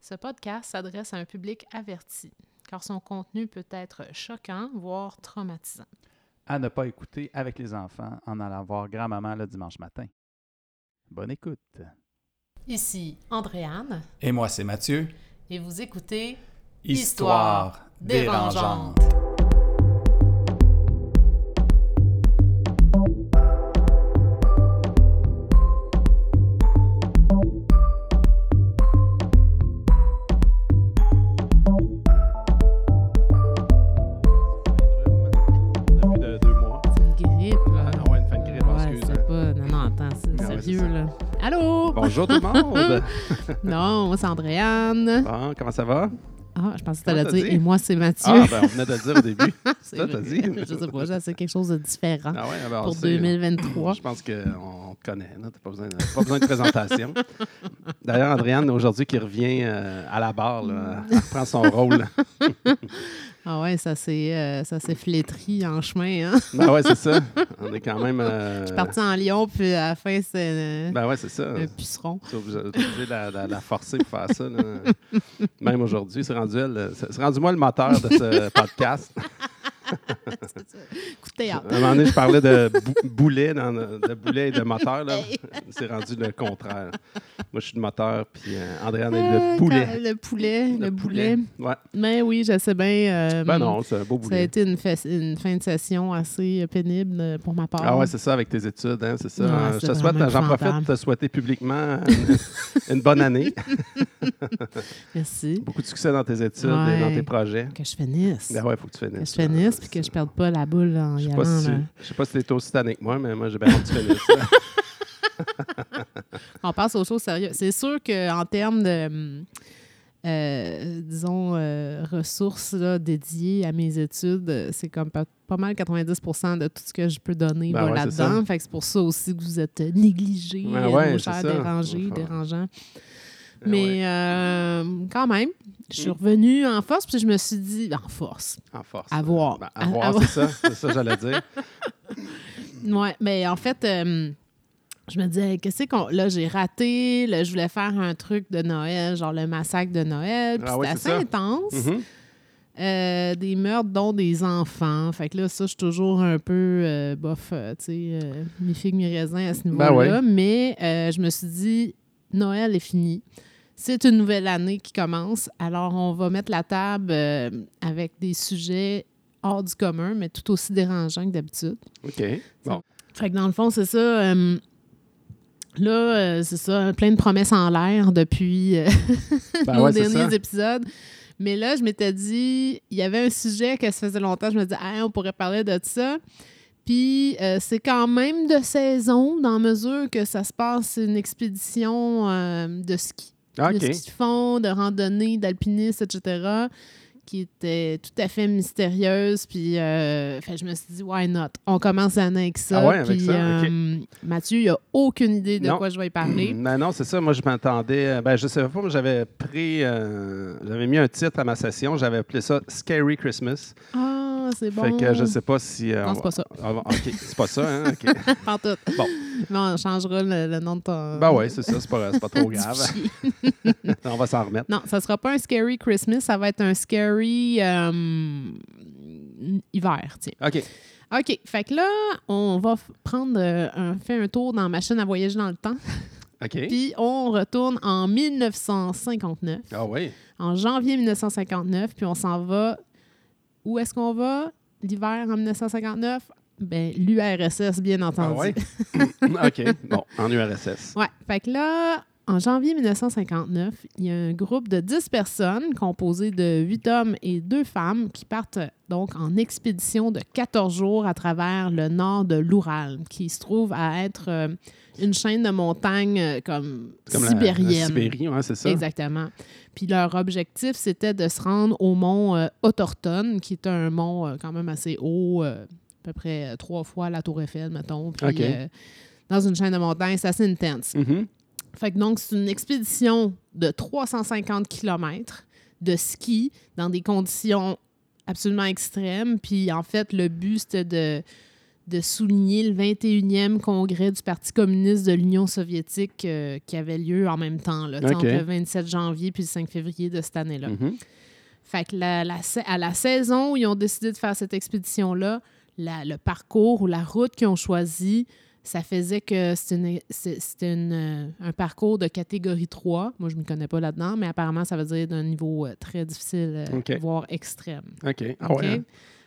Ce podcast s'adresse à un public averti, car son contenu peut être choquant, voire traumatisant. À ne pas écouter avec les enfants en allant voir grand-maman le dimanche matin. Bonne écoute. Ici Andréane, Et moi, c'est Mathieu. et vous écoutez Histoire dérangeante. Depuis de- deux mois. C'est une grippe. là. Ah ouais, une fin de grippe, Ouais, excuse. hein. c'est pas... Non, non, attends, c'est Ah ouais, sérieux, c'est ça. là. Allô? Bonjour tout le monde. Non, moi, c'est Andréane. Bon, comment ça va? Ah, je pensais que t'allais Comment t'as dire « dit? Et moi, c'est Mathieu Ah, ben, on venait de le dire au début. C'est ça, t'as vrai. dit? Je sais pas, j'ai essayé quelque chose de différent Ah ouais, ben, on pour sait. 2023. Je pense qu'on te connaît, là. t'as pas besoin, de, pas besoin de présentation. D'ailleurs, Andréane, aujourd'hui, qui revient euh, à la barre, là, elle reprend son rôle. Ah ouais, ça s'est euh, ça s'est flétri en chemin. Hein? Ben ouais, c'est ça. On est quand même. euh, Parti en Lyon, puis à la fin, c'est euh, Ben ouais, c'est ça. le puceron. T'es obligé, t'es obligé de la, la- la forcer pour faire ça. là. Même aujourd'hui, c'est rendu, elle, c'est c'est rendu moi le moteur de ce podcast. C'est ça. Coup de À théâtre. un moment donné, je parlais de bou- boulet, dans, de boulet et de moteur. Là. Hey. C'est rendu le contraire. Moi, je suis le moteur, puis euh, Andréane est Euh, le poulet. quand- Le poulet, le, boulet. Ouais. Mais oui, je sais bien. euh, Ben non, c'est un beau Ça a boulet. été une, fes- une fin de session assez euh, pénible euh, pour ma part. Ah ouais, c'est ça, avec tes études, hein, c'est ça. Ouais, Euh, je c'est te souhaite, vraiment j'en profite épouvantable. de te souhaiter publiquement une, une bonne année. Merci. Beaucoup de succès dans tes études et Ouais. dans tes projets. Que je finisse. Ben ouais, faut que tu que je finisses. finisse, Euh, puis que c'est- je perde pas la boule en Je y sais allant. pas si, là. je sais pas si t'es aussi tanné que moi, mais moi, j'ai bien envie de finir ça. On passe aux choses sérieuses. C'est sûr qu'en termes de, hum, euh, disons, euh, ressources là, dédiées à mes études, euh, c'est comme pas, pas mal 90 de tout ce que je peux donner Ben va ouais, c'est là-dedans. Fait que c'est pour ça aussi que vous êtes négligés, Ben euh, ouais, nos c'est chers ça. dérangés, Enfin, dérangeants. Ben Mais ouais, euh, quand même, je suis Mm. revenue en force, puis je me suis dit, en force, en force. à voir. Ben, À- à à voir, voir. c'est ça. C'est ça, que j'allais dire. Ouais, mais en fait, euh, je me disais, qu'est-ce qu'on. Là, j'ai raté. Là, je voulais faire un truc de Noël, genre le massacre de Noël. Puis Ah c'était ouais, assez c'est ça. intense. Mhm. Euh, des meurtres, dont des enfants. Fait que là, ça, je suis toujours un peu, euh, bof, euh, tu sais, euh, mi figue, mi raisin à ce niveau-là. Ben ouais. Mais euh, je me suis dit, Noël est fini. C'est une nouvelle année qui commence. Alors, on va mettre la table euh, avec des sujets hors du commun, mais tout aussi dérangeants que d'habitude. OK. Bon. Fait que dans le fond, c'est ça. euh, là, euh, c'est ça, plein de promesses en l'air depuis euh, Ben nos ouais, c'est ça. derniers épisodes. Mais là, je m'étais dit, il y avait un sujet que ça faisait longtemps, je me disais, Hey, on pourrait parler de ça. Puis euh, c'est quand même de saison, dans mesure que ça se passe une expédition euh, de ski Ah, OK. de ski de fond, de randonnée, d'alpinisme, etc., qui était tout à fait mystérieuse. Puis euh, fait, je me suis dit, why not? On commence l'année avec ça. Ah ouais, avec puis ça, ok. euh, Mathieu, il a aucune idée de Non. quoi je vais parler. Ben non, c'est ça. Moi, je m'attendais. euh, Ben, je savais pas, mais j'avais pris. euh, j'avais mis un titre à ma session. J'avais appelé ça Scary Christmas. Ah, c'est bon. Fait que je sais pas si. euh, Non, on c'est va- pas ça. on va- OK. C'est pas ça, hein? OK. Pas en tout. Bon. Mais on changera le, le nom de ton. Ben ouais, c'est ça. C'est pas, c'est pas trop du grave. fichier. On va s'en remettre. Non, ça sera pas un scary Christmas, ça va être un scary euh, hiver, tiens. OK. OK, fait que là, on va f- prendre euh, un, fait un tour dans ma chaîne à voyager dans le temps. OK. Puis on retourne en 1959, Ah oui. en janvier 1959, puis on s'en va. Où est-ce qu'on va l'hiver en 1959? Ben, l'URSS, bien Ah entendu. ouais. OK. Bon, en URSS. Ouais, fait que là, en janvier 1959, il y a un groupe de 10 personnes composé de 8 hommes et 2 femmes qui partent euh, donc en expédition de 14 jours à travers le nord de l'Oural, qui se trouve à être euh, une chaîne de montagnes euh, comme, C'est comme la- E La, sibérienne. Sibérie, ouais, c'est ça. Exactement. Puis leur objectif, c'était de se rendre au mont euh, Autochtone, qui est un mont euh, quand même assez haut, euh, à peu près euh, trois fois la Tour Eiffel, mettons. Puis, OK. euh, dans une chaîne de montagnes, c'est assez intense. Mhm. Fait que donc, c'est une expédition de 350 km de ski dans des conditions absolument extrêmes. Puis en fait, le but, c'était de de souligner le 21e congrès du Parti communiste de l'Union soviétique euh, qui avait lieu en même temps, là, tu sais, OK. entre le 27 janvier puis le 5 février de cette année-là. Mhm. Fait que la- la sa- à la saison où ils ont décidé de faire cette expédition-là, la- le parcours ou la route qu'ils ont choisi, ça faisait que c'était une- c'est- c'était une, euh, un parcours de catégorie 3. Moi, je ne m'y connais pas là-dedans, mais apparemment, ça veut dire d'un niveau euh, très difficile, euh, OK. voire extrême. OK. Ah ouais, OK? hein.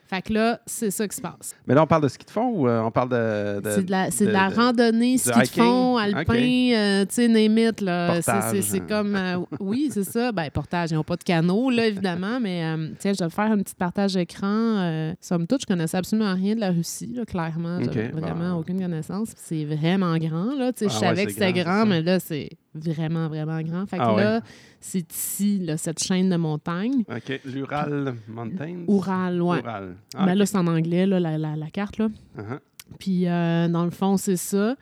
Fait que là, c'est ça qui se passe. Mais là, on parle de ski de fond ou euh, on parle de. C'est de la, c'est de la randonnée, ski de hiking? fond, alpin, OK. euh, tu sais, name it, là. C'est- Portage. C'est c'est comme... euh, oui, c'est ça. Ben, portage, ils n'ont pas de canot, là, évidemment, mais euh, tiens, je vais faire un petit partage d'écran. euh, somme toute, je connaissais absolument rien de la Russie, là, clairement. J'avais OK, vraiment bon. aucune connaissance. Puis C'est vraiment grand, là. Tu sais, Ah je ouais, savais c'est que c'était grand, grand, c'est ça. mais là, c'est vraiment, vraiment grand. Fait que Ah ouais. là, c'est ici, là, cette chaîne de montagnes. OK. L'Ural Mountains. Oural, loin. Ural. Mais Ben là, c'est en anglais, là, la- la- la carte, là. Uh-huh. Puis, euh, dans le fond, c'est ça.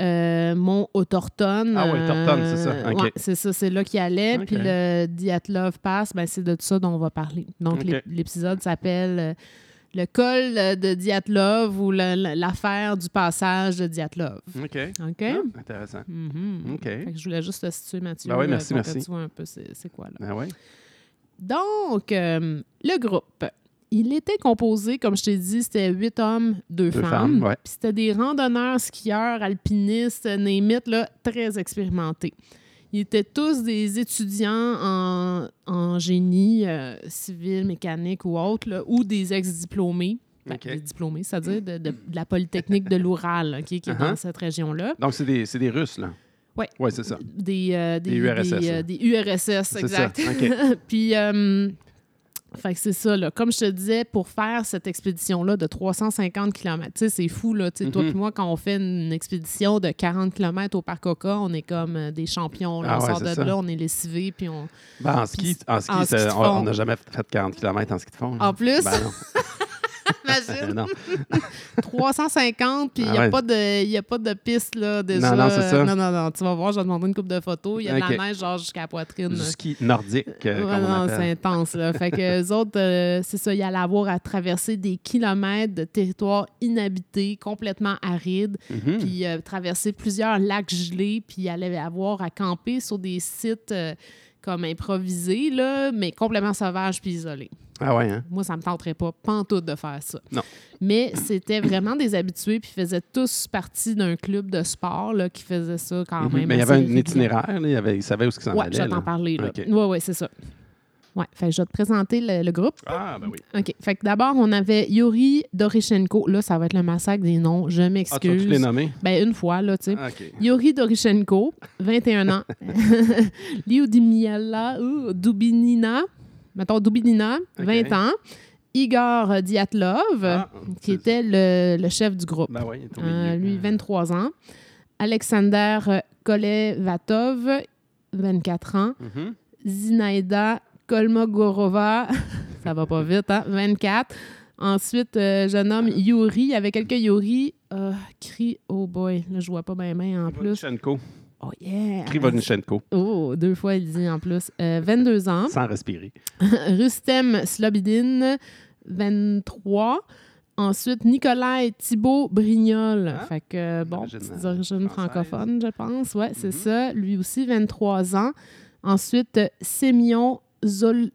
Euh, Mont Autochtone. euh, Ah ouais, Autochtone, c'est ça. OK. ouais, c'est ça, c'est là qu'il allait. OK. Puis le Diatlov Pass, ben, c'est de ça dont on va parler. Donc, OK. l'ép- l'épisode s'appelle euh, Le col euh, de Diatlov ou la- la- l'affaire du passage de Diatlov. OK. OK? Ah, intéressant. Mhm. OK. Fait que je voulais juste te situer, Mathieu. Ben oui, euh, merci, pour que merci. tu vois un peu c'est c'est quoi, là. Ah ouais. Donc, euh, le groupe, il était composé, comme je t'ai dit, c'était huit hommes, deux, Deux femmes. femmes, ouais. Puis c'était des randonneurs, skieurs, alpinistes, némites, là, très expérimentés. Ils étaient tous des étudiants en, en génie euh, civil, mécanique ou autre, là, ou des ex-diplômés. Ben, OK. Des diplômés, c'est-à-dire de, de- de la Polytechnique de l'Oural, OK, qui est dans Uh-huh. cette région-là. Donc, c'est des, c'est des Russes, là. Ouais. Oui, c'est ça. Des, euh, des, Des URSS, Des, euh, là. des URSS, hein. C'est exact. ça, OK. Puis, euh, fait que c'est ça, là. Comme je te disais, pour faire cette expédition-là de 350 km, tu sais, c'est fou, là. Tu sais, Toi Mhm. et moi, quand on fait une expédition de 40 km au Parc Oka, on est comme euh, des champions, là. Ah on ouais, sort c'est de ça. là, on est lessivés, puis on... Ben, en ski, en ski, en ski c'est- de fond. on n'a jamais fait 40 km en ski de fond. là. En plus, Ben non. ben imagine, non. 350, puis il Ah n'y a, ouais. pas de- il y a pas de piste, là, déjà. non, c'est ça. Non, non, non, tu vas voir, je vais demander une coupe de photos. Il y a de OK. la neige, genre, jusqu'à la poitrine. Du là. ski nordique, euh, Ouais, comme on non, c'est appelle. intense. Là. Fait que eux autres, euh, c'est ça, il y a avoir à traverser des kilomètres de territoires inhabités, complètement arides, Mhm. puis euh, traverser plusieurs lacs gelés, puis il allait avoir à camper sur des sites euh, comme improvisés, là, mais complètement sauvages puis isolés. Ah ouais, hein? Moi, ça me tenterait pas pantoute de faire ça. Non. Mais c'était vraiment des habitués, puis ils faisaient tous partie d'un club de sport là, qui faisait ça quand Mhm. même. Mais il y assez avait un régulièrement. itinéraire, là, il, y avait, il savait où ce qu'ils s'en Ouais, je allait. vais t'en parler. là. OK. Ouais, ouais, c'est ça. Ouais, fait que je vais te présenter le, le groupe. Ah, ben oui. OK. Fait que d'abord, on avait Yuri Dorichenko. Là, ça va être le massacre des noms. Je Ah, tu vas tous m'excuse. les nommer? ben, une fois, là, tu sais. Ah, OK. Yuri Dorichenko, 21 ans. Liudmila Dubinina, mettons Dubinina, 20 OK. ans. Igor Diatlov, Ah, qui c'est- était le, le chef du groupe. Ben oui, il est au Euh, milieu. lui, 23 ans. Alexander Kolevatov, 24 ans. Mhm. Zinaida Kolmogorova, ça va pas vite, hein, 24. Ensuite, euh, jeune homme, Yuri, il y avait quelques Yuri. Euh, Kri, oh boy, là, je vois pas bien main en plus. Krivolchenko. Oh yeah! Krivolchenko, Oh, deux fois, il dit en plus. Euh, 22 ans. sans respirer. Rustem Slobidin, 23. Ensuite, Nicolas Thibault Brignol. Ah. Fait que, bon, Origine, petites euh, origines française. francophones, je pense. Ouais, c'est Mhm. ça. Lui aussi, 23 ans. Ensuite, euh, Sémion Zol-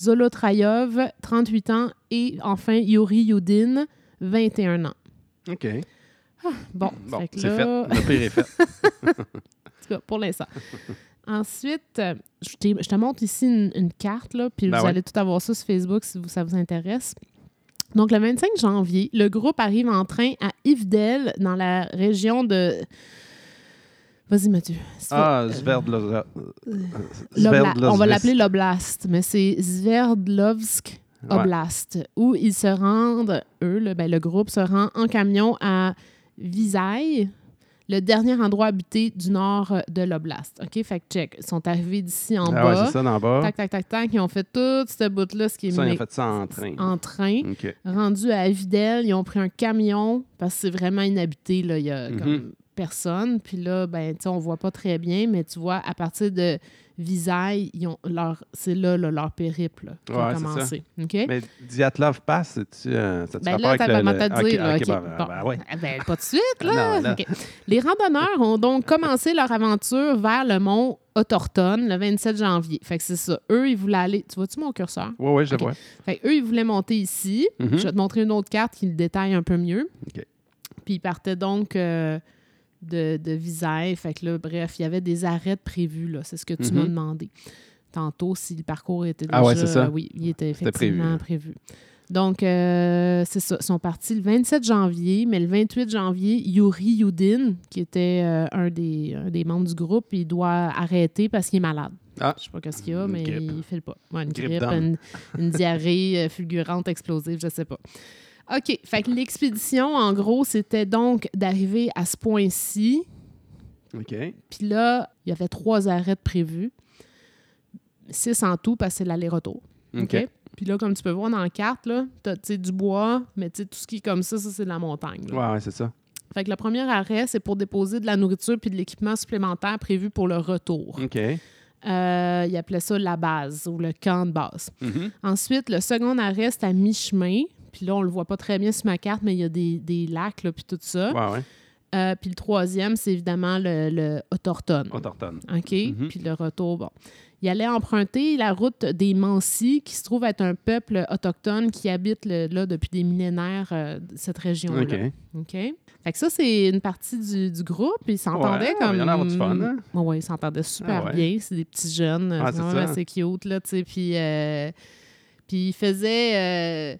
Zolotrayov, 38 ans. Et enfin, Yuri Yudin, 21 ans. OK. Bon, Bon, fait que c'est fait. là- Le pire est fait. en tout cas, pour l'instant. Ensuite, euh, je, t'ai- je te montre ici une, une carte, là, puis Ben vous ouais. allez tout avoir ça sur Facebook si vous- ça vous intéresse. Donc, le 25 janvier, le groupe arrive en train à Yvedel, dans la région de. Vas-y, Mathieu. Ah, Sve- Sverdlovsk. L'obla- On va l'appeler l'oblast, mais c'est Sverdlovsk Oblast, où ils se rendent, eux, le, ben, le groupe se rend en camion à Visaï, le dernier endroit habité du nord euh, de l'oblast. OK, fait que check. Ils sont arrivés d'ici en Ah ouais, bas. c'est ça, d'en bas. tac, tac, tac, tac. Ils ont fait toute cette bout-là, ce qui est Ça, il mé- a fait ça en train. Mm. en train. OK. Rendus à Videl, ils ont pris un camion parce que c'est vraiment inhabité. Là. Il y a Mhm. comme personnes. Puis là, ben, tu sais, on voit pas très bien, mais tu vois, à partir de Visailles, ils ont leur, c'est là, là, leur périple là, qui Ouais, a c'est ça. commencé. OK? Mais Diatlov Pass, c'est-tu. euh, ça te Ben rapport là, avec t'as le- pas le- à te ok, dire. là, ok, OK. ben, ben, Bon. ben, ouais. Ah, ben, pas de suite, là. Non, là. OK. Les randonneurs ont donc commencé leur aventure vers le mont Autochtone le 27 janvier. Fait que c'est ça. Eux, ils voulaient aller. Tu vois-tu mon curseur? Oui, oui, je Ok. vois. Fait que eux, ils voulaient monter ici. Mhm. Je vais te montrer une autre carte qui le détaille un peu mieux. OK. Puis ils partaient donc euh, de, de Visailles. Fait que là, bref, il y avait des arrêts de prévus, là. C'est ce que tu Mhm. m'as demandé tantôt si le parcours était déjà... Ah ouais, c'est ça. Oui, il était C'était effectivement prévu. Donc, euh, c'est ça. Ils sont partis le 27 janvier, mais le 28 janvier, Yuri Yudin, qui était euh, un, des, un des membres du groupe, il doit arrêter parce qu'il est malade. Ah. Je sais pas qu'est-ce qu'il y a, Une mais grippe. il fait le pas. Ouais, une Grippe grippe, d'âme. une, une diarrhée euh, fulgurante, explosive, je sais pas. OK. Fait que l'expédition, en gros, c'était donc d'arriver à ce point-ci. OK. Puis là, il y avait trois arrêts de prévus. Six en tout, parce que c'est l'aller-retour. OK. OK? Puis là, comme tu peux voir dans la carte, là, t'as, tu sais, du bois, mais tu sais, tout ce qui est comme ça, ça, c'est de la montagne. là. Ouais, ouais, c'est ça. Fait que le premier arrêt, c'est pour déposer de la nourriture puis de l'équipement supplémentaire prévu pour le retour. OK. Mm. Euh, ils appelaient ça la base ou le camp de base. Mhm. Ensuite, le second arrêt, c'est à mi-chemin. Puis là, on le voit pas très bien sur ma carte, mais il y a des, des lacs, là, puis tout ça. Ouais, ouais. Euh, puis le troisième, c'est évidemment le, le Autochtone. Autochtone. OK? Mhm. Puis le retour, bon. Il allait emprunter la route des Mansi, qui se trouve être un peuple autochtone qui habite le- là depuis des millénaires, euh, cette région-là. OK? OK. Fait que ça, c'est une partie du, du groupe. Ils s'entendaient Ouais, comme. il y en a avoir du fun, hein? Ah Ouais, ouais, ils s'entendaient super Ah ouais. bien. C'est des petits jeunes. Ah, c'est c'est vraiment ça. assez cute, là, tu sais. Puis, euh, puis ils faisaient. euh,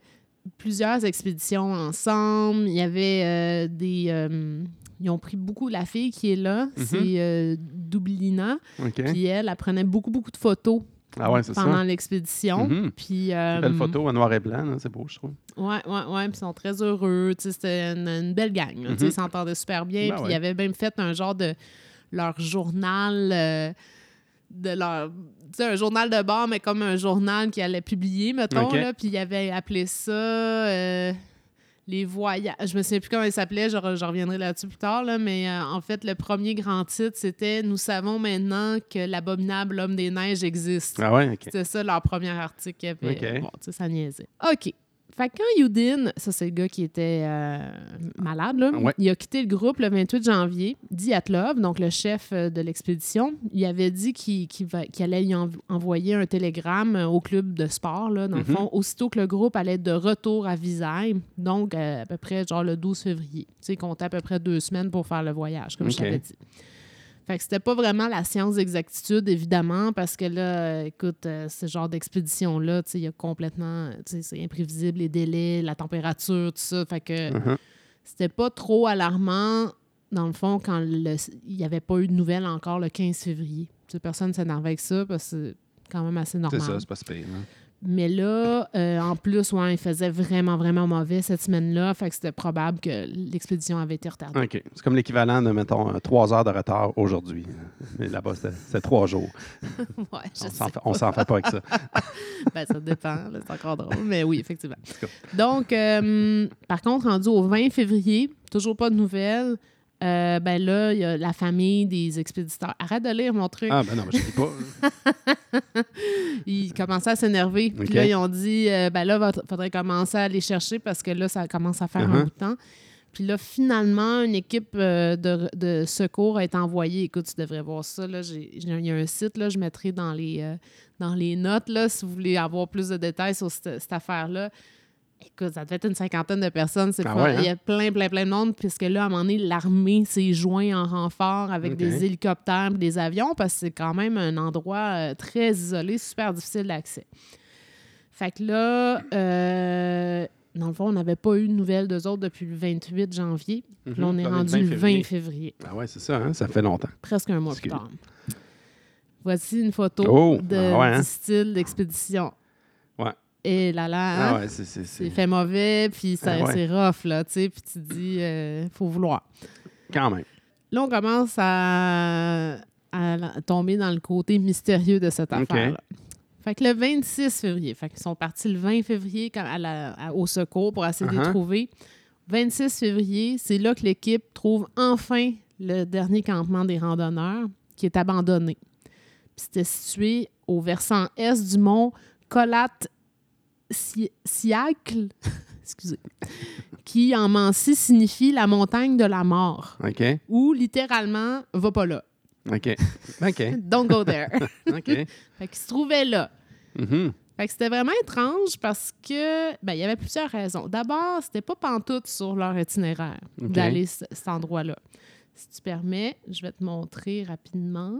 plusieurs expéditions ensemble. Il y avait euh, des. euh, ils ont pris beaucoup la fille qui est là, Mhm. c'est euh, Dublina. OK. Puis elle, elle prenait beaucoup, beaucoup de photos Ah, ouais, c'est pendant ça. l'expédition. Mhm. Puis. euh, Belle photo en noir et blanc, là, c'est beau, je trouve. Ouais, ouais, ouais. Puis ils sont très heureux. Tu sais, c'était une, une belle gang. là. Tu sais, Mhm. Ils s'entendaient super bien. Ben puis ouais. ils avaient même fait un genre de. leur journal. euh, de leur. Tu sais, un journal de bord, mais comme un journal qu'ils allaient publier, mettons. Ok. Là, puis ils avaient appelé ça. euh, les voyages, je me souviens plus comment il s'appelait, je, re- je reviendrai là-dessus plus tard, là, mais euh, en fait, le premier grand titre, c'était Nous savons maintenant que l'abominable homme des neiges existe. Ah, ouais, OK. C'était ça leur premier article qu'il y avait. Ok. Bon, tu sais, ça niaisait. OK. Fait que quand Yudin, ça c'est le gars qui était euh, malade, là, Ouais. il a quitté le groupe le 28 janvier. Diatlov, donc le chef euh, de l'expédition, il avait dit qu'il qu'il va- qu'il allait lui env- envoyer un télégramme euh, au club de sport, là, dans le Mhm. fond, aussitôt que le groupe allait être de retour à Visailles, donc euh, à peu près genre le 12 février. Tu sais, il comptait à peu près deux semaines pour faire le voyage, comme je Ok. t'avais dit. Fait que c'était pas vraiment la science d'exactitude, évidemment, parce que là, euh, écoute, euh, ce genre d'expédition-là, tu sais, il y a complètement, tu sais, c'est imprévisible, les délais, la température, tout ça. Fait que Mhm. c'était pas trop alarmant, dans le fond, quand le- il n'y avait pas eu de nouvelles encore le 15 février. Tu sais, personne ne s'énervait avec ça parce que c'est quand même assez C'est normal. ça, c'est pas si pire. hein. Mais là, euh, en plus, ouais, il faisait vraiment, vraiment mauvais cette semaine-là. Fait que c'était probable que l'expédition avait été retardée. OK. C'est comme l'équivalent de, mettons, euh, trois heures de retard aujourd'hui. Mais là-bas, c'était- c'est trois jours. Ouais, je On sais s'en fait- on s'en fait pas avec ça. Ben, ça dépend, là, c'est encore drôle, mais oui, effectivement. Donc, euh, par contre, rendu au 20 février, toujours pas de nouvelles. Euh, ben là, il y a la famille des expéditeurs. Arrête de lire mon truc. Ah, ben non, mais je dis pas. Ils commençaient à s'énerver. Puis OK. là, ils ont dit euh, ben là, il faudrait commencer à les chercher parce que là, ça commence à faire Uh-huh. un bout de temps. Puis là, finalement, une équipe euh, de, de secours a été envoyée. Écoute, tu devrais voir ça. Là, J'ai- j'ai- il y a un site, là, je mettrai dans les, euh, dans les notes là, si vous voulez avoir plus de détails sur cette, cette affaire-là. Écoute, ça devait être une cinquantaine de personnes. c'est Ah pas- ouais, hein? Il y a euh, plein, plein, plein de monde, puisque là, à un moment donné, l'armée s'est joint en renfort avec OK. des hélicoptères et des avions, parce que c'est quand même un endroit euh, très isolé, super difficile d'accès. Fait que là, euh, dans le fond, on n'avait pas eu de nouvelles d'eux autres depuis le 28 janvier. Puis là, on Mhm. est Dans le rendu le 20 février. Ah, ouais, c'est ça, hein? ça fait longtemps. presque un mois plus Excuse. tard. Voici une photo Oh! de, Ah ouais, hein? du style d'expédition. Ouais. Et là là, hein? Ah, ouais, c'est. c'est- c'est c'est- fait mauvais, puis ça- Ah ouais. c'est rough, là, tu sais, puis tu dis, euh, faut vouloir. Quand même. Là, on commence à, à la- tomber dans le côté mystérieux de cette OK. affaire-là. Fait que le 26 février, fait qu'ils sont partis le 20 février quand- à la- à- au secours pour essayer de les Uh-huh. trouver. 26 février, c'est là que l'équipe trouve enfin le dernier campement des randonneurs qui est abandonné. Puis C'était situé au versant est du mont Colat Si- Siacle, excusez, qui en mansi signifie la montagne de la mort, OK. ou littéralement va pas là. OK. Ben, OK. Don't go there. OK. fait qu'il se trouvait là. Mhm. Fait que c'était vraiment étrange parce que ben, il y avait plusieurs raisons. D'abord, c'était pas pantoute sur leur itinéraire OK. d'aller c- cet endroit-là. Si tu permets, je vais te montrer rapidement.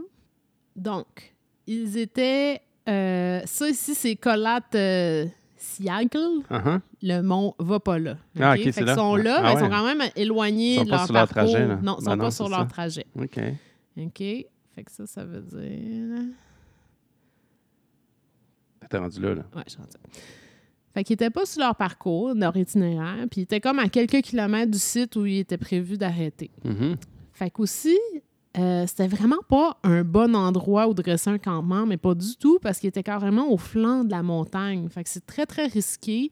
Donc, ils étaient euh, ça ici c'est Colat euh, Siagle, Uh-huh. le mont va pas là. Ah, OK, Fait c'est qu'ils là. sont là, Ah mais ils ouais. sont quand même éloignés Ils sont de pas leur sur leur parcours. trajet, là. Non, ils sont Ben pas non, sur c'est leur ça. trajet. OK. OK. Fait que ça, ça veut dire. T'es rendu là, là. Ouais, je suis rendue là. Fait qu'ils n'étaient pas sur leur parcours, leur itinéraire, puis ils étaient comme à quelques kilomètres du site où il était prévu d'arrêter. Mhm. Fait qu'aussi, euh, c'était vraiment pas un bon endroit où dresser un campement, mais pas du tout, parce qu'il était carrément au flanc de la montagne. Fait que c'est très, très risqué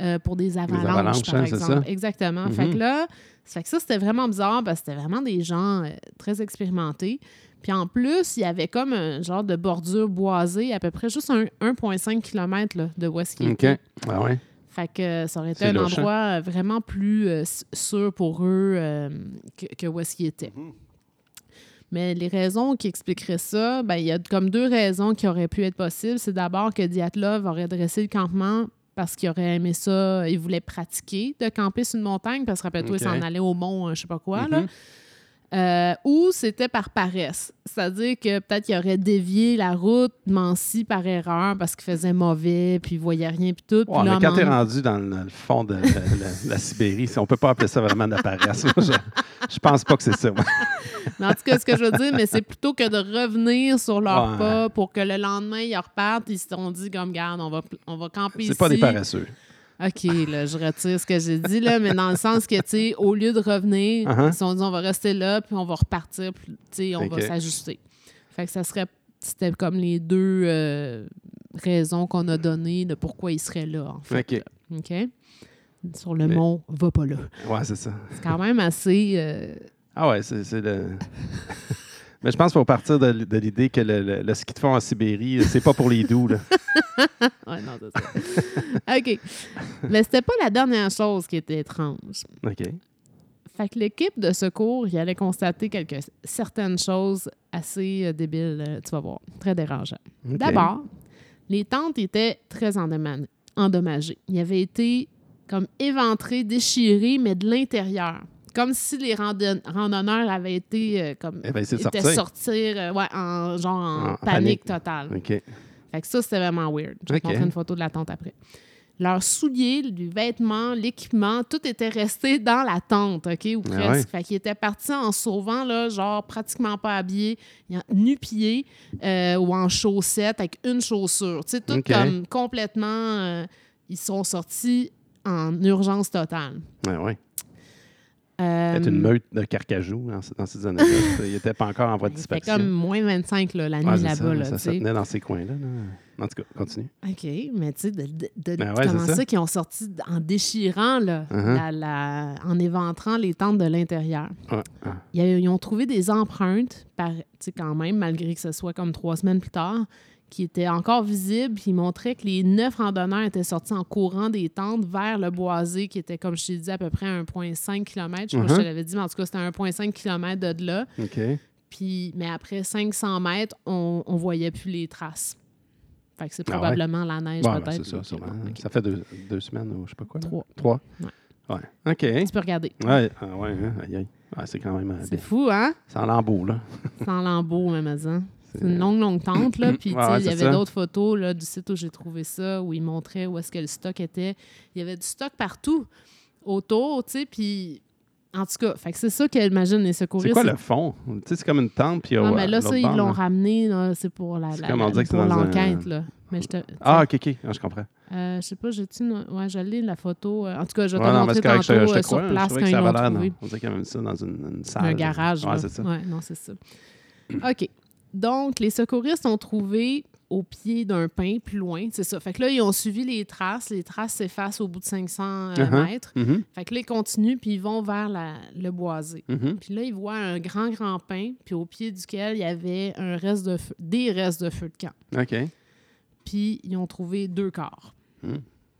euh, pour des avalanches, avalanches, par hein, c'est exemple. Exactement. Fait que Mhm. là, ça fait que ça, c'était vraiment bizarre, parce que c'était vraiment des gens euh, très expérimentés. Puis en plus, il y avait comme un genre de bordure boisée, à peu près juste un 1,5 km là, de où est-ce qu'il OK. était. Ah ouais. Fait que ça aurait été C'est un louche, hein? endroit euh, vraiment plus euh, s- sûr pour eux euh, que, que où est-ce qu'ils étaient. Mm-hmm. Mais les raisons qui expliqueraient ça, ben, il y a comme deux raisons qui auraient pu être possibles. C'est d'abord que Diatlov aurait dressé le campement parce qu'il aurait aimé ça, il voulait pratiquer de camper sur une montagne, parce que rappelle-toi, il Ok. Mm-hmm. s'en allait au mont, euh, je sais pas quoi, là. Euh, ou c'était par paresse. C'est-à-dire que peut-être qu'il aurait dévié la route Mansi par erreur parce qu'il faisait mauvais, puis il voyait rien, puis tout. puis Ouais, là, à un mais quand moment t'es rendu dans le, le fond de la, la- la Sibérie, si on peut pas appeler ça vraiment de la paresse. Moi, je, je pense pas que c'est ça. moi. Mais en tout cas, ce que je veux dire, mais c'est plutôt que de revenir sur leur Ouais. pas pour que le lendemain, ils repartent. Ils se sont dit, comme, garde, on va, pl- on va camper ici. C'est pas des paresseux. OK, là, je retire ce que j'ai dit, là, mais dans le sens que, tu sais, au lieu de revenir, Uh-huh. ils se sont dit, on va rester là, puis on va repartir, puis, tu sais, on Ok. va s'ajuster. Fait que ça serait, c'était comme les deux euh, raisons qu'on a données de pourquoi ils seraient là, en fait. OK. OK? Sur le Mais- mont, va pas là. Ouais, c'est ça. C'est quand même assez. euh, Ah ouais, c'est c'est le. Mais je pense qu'il faut partir de, l- de l'idée que le, le- le ski de fond en Sibérie, c'est pas pour les doux. Là. Ouais, non, c'est ça. OK. Mais c'était pas la dernière chose qui était étrange. OK. Fait que l'équipe de secours, il allait constater quelques, certaines choses assez euh, débiles, euh, tu vas voir, très dérangeantes. OK. D'abord, les tentes étaient très endomman- endommagées. Il y avait été comme éventré, déchiré, mais de l'intérieur. Comme si les randon- randonneurs avaient été euh, comme Eh ben, essayer de étaient sortir. sortir euh, ouais, en genre en En- en panique panique. totale. OK. Fait que ça, c'était vraiment weird. Je vais te Ok. montrer une photo de la tente après. Leurs souliers, les vêtements, l'équipement, tout était resté dans la tente, OK, ou presque. Ah ouais. Fait qu'ils étaient partis en sauvant, là, genre pratiquement pas habillés, y- nu-pieds euh, ou en chaussettes avec une chaussure. Tu sais, tout Ok. comme complètement... euh, ils sont sortis en urgence totale. Ouais, ouais. Euh, Peut-être une meute de carcajou dans, ce- dans ces années-là. Il était pas encore en voie de il fait disparition. comme moins 25 là, la nuit Ouais, Ah, c'est ça, là-bas. là, ça tu se sais. tenait dans ces coins-là. là. En tout cas, continue. OK, mais tu sais, de, de- de- Ben ouais, c'est comment ça. ça qu'ils ont sorti d- en déchirant, là, Uh-huh. la- la- en éventrant les tentes de l'intérieur. Ouais, ah, ouais. Il y a- Ils ont trouvé des empreintes, par, tu sais, quand même, malgré que ce soit comme trois semaines plus tard, qui étaient encore visibles, qui montraient que les neuf randonneurs étaient sortis en courant des tentes vers le boisé, qui était, comme je t'ai dit, à peu près à 1,5 km. Je sais pas si je Uh-huh. te l'avais dit, mais en tout cas, c'était à 1,5 km de là. OK. Puis, mais après 500 mètres, on, on voyait plus les traces. Fait que c'est Ah ouais? probablement la neige, Bon, ben, peut-être. c'est ça, Ok, sûrement. bon, ok. Ça fait deux, deux semaines ou je sais pas quoi. là. Trois. Trois. Ouais. Ouais. OK. Tu peux regarder. Ouais, ah ouais, hein, aïe, aïe. Ouais, c'est quand même euh, C'est des- fou, hein? c'est en lambeau, là. Sans lambeau, même ça. C'est une euh, longue, longue tente, là. Puis, tu Ouais, sais, ouais, il y c'est avait ça. d'autres photos, là, du site où j'ai trouvé ça, où ils montraient où est-ce que le stock était. Il y avait du stock partout, autour, tu sais, puis... En tout cas, fait que c'est ça qu'imagine les secouristes. C'est quoi le fond? Tu sais, c'est comme une tente, puis Non, euh, Ah, mais là, ça, l'autre ils bord, l'ont là. ramené, là, c'est pour la, C'est la- comme on la- dirait que c'est pour dans un- l'enquête, là. Mais je te... Ah, OK, OK. Ah, je comprends. Euh, je sais pas, j'ai-tu une... Ouais, je l'ai, la photo. euh, En tout cas, je vais Ouais, te non, mais montrer c'est correct, tantôt je, je te euh, crois. sur place je trouvais quand que ils ça l'ont avait l'air, trouvé. non. On dirait qu'il y avait mis ça dans une, une salle. Un garage. Ouais, là. c'est ça. Ouais, non, c'est ça. OK. Donc, les secouristes ont trouvé au pied d'un pin plus loin. C'est ça. Fait que là, ils ont suivi les traces. Les traces s'effacent au bout de 500 euh, Uh-huh. mètres. Mhm, Fait que là, ils continuent, puis ils vont vers la- le boisé. mhm. Puis là, ils voient un grand, grand pin, puis au pied duquel il y avait un reste de feu- des restes de feu de camp. OK. Puis ils ont trouvé deux corps.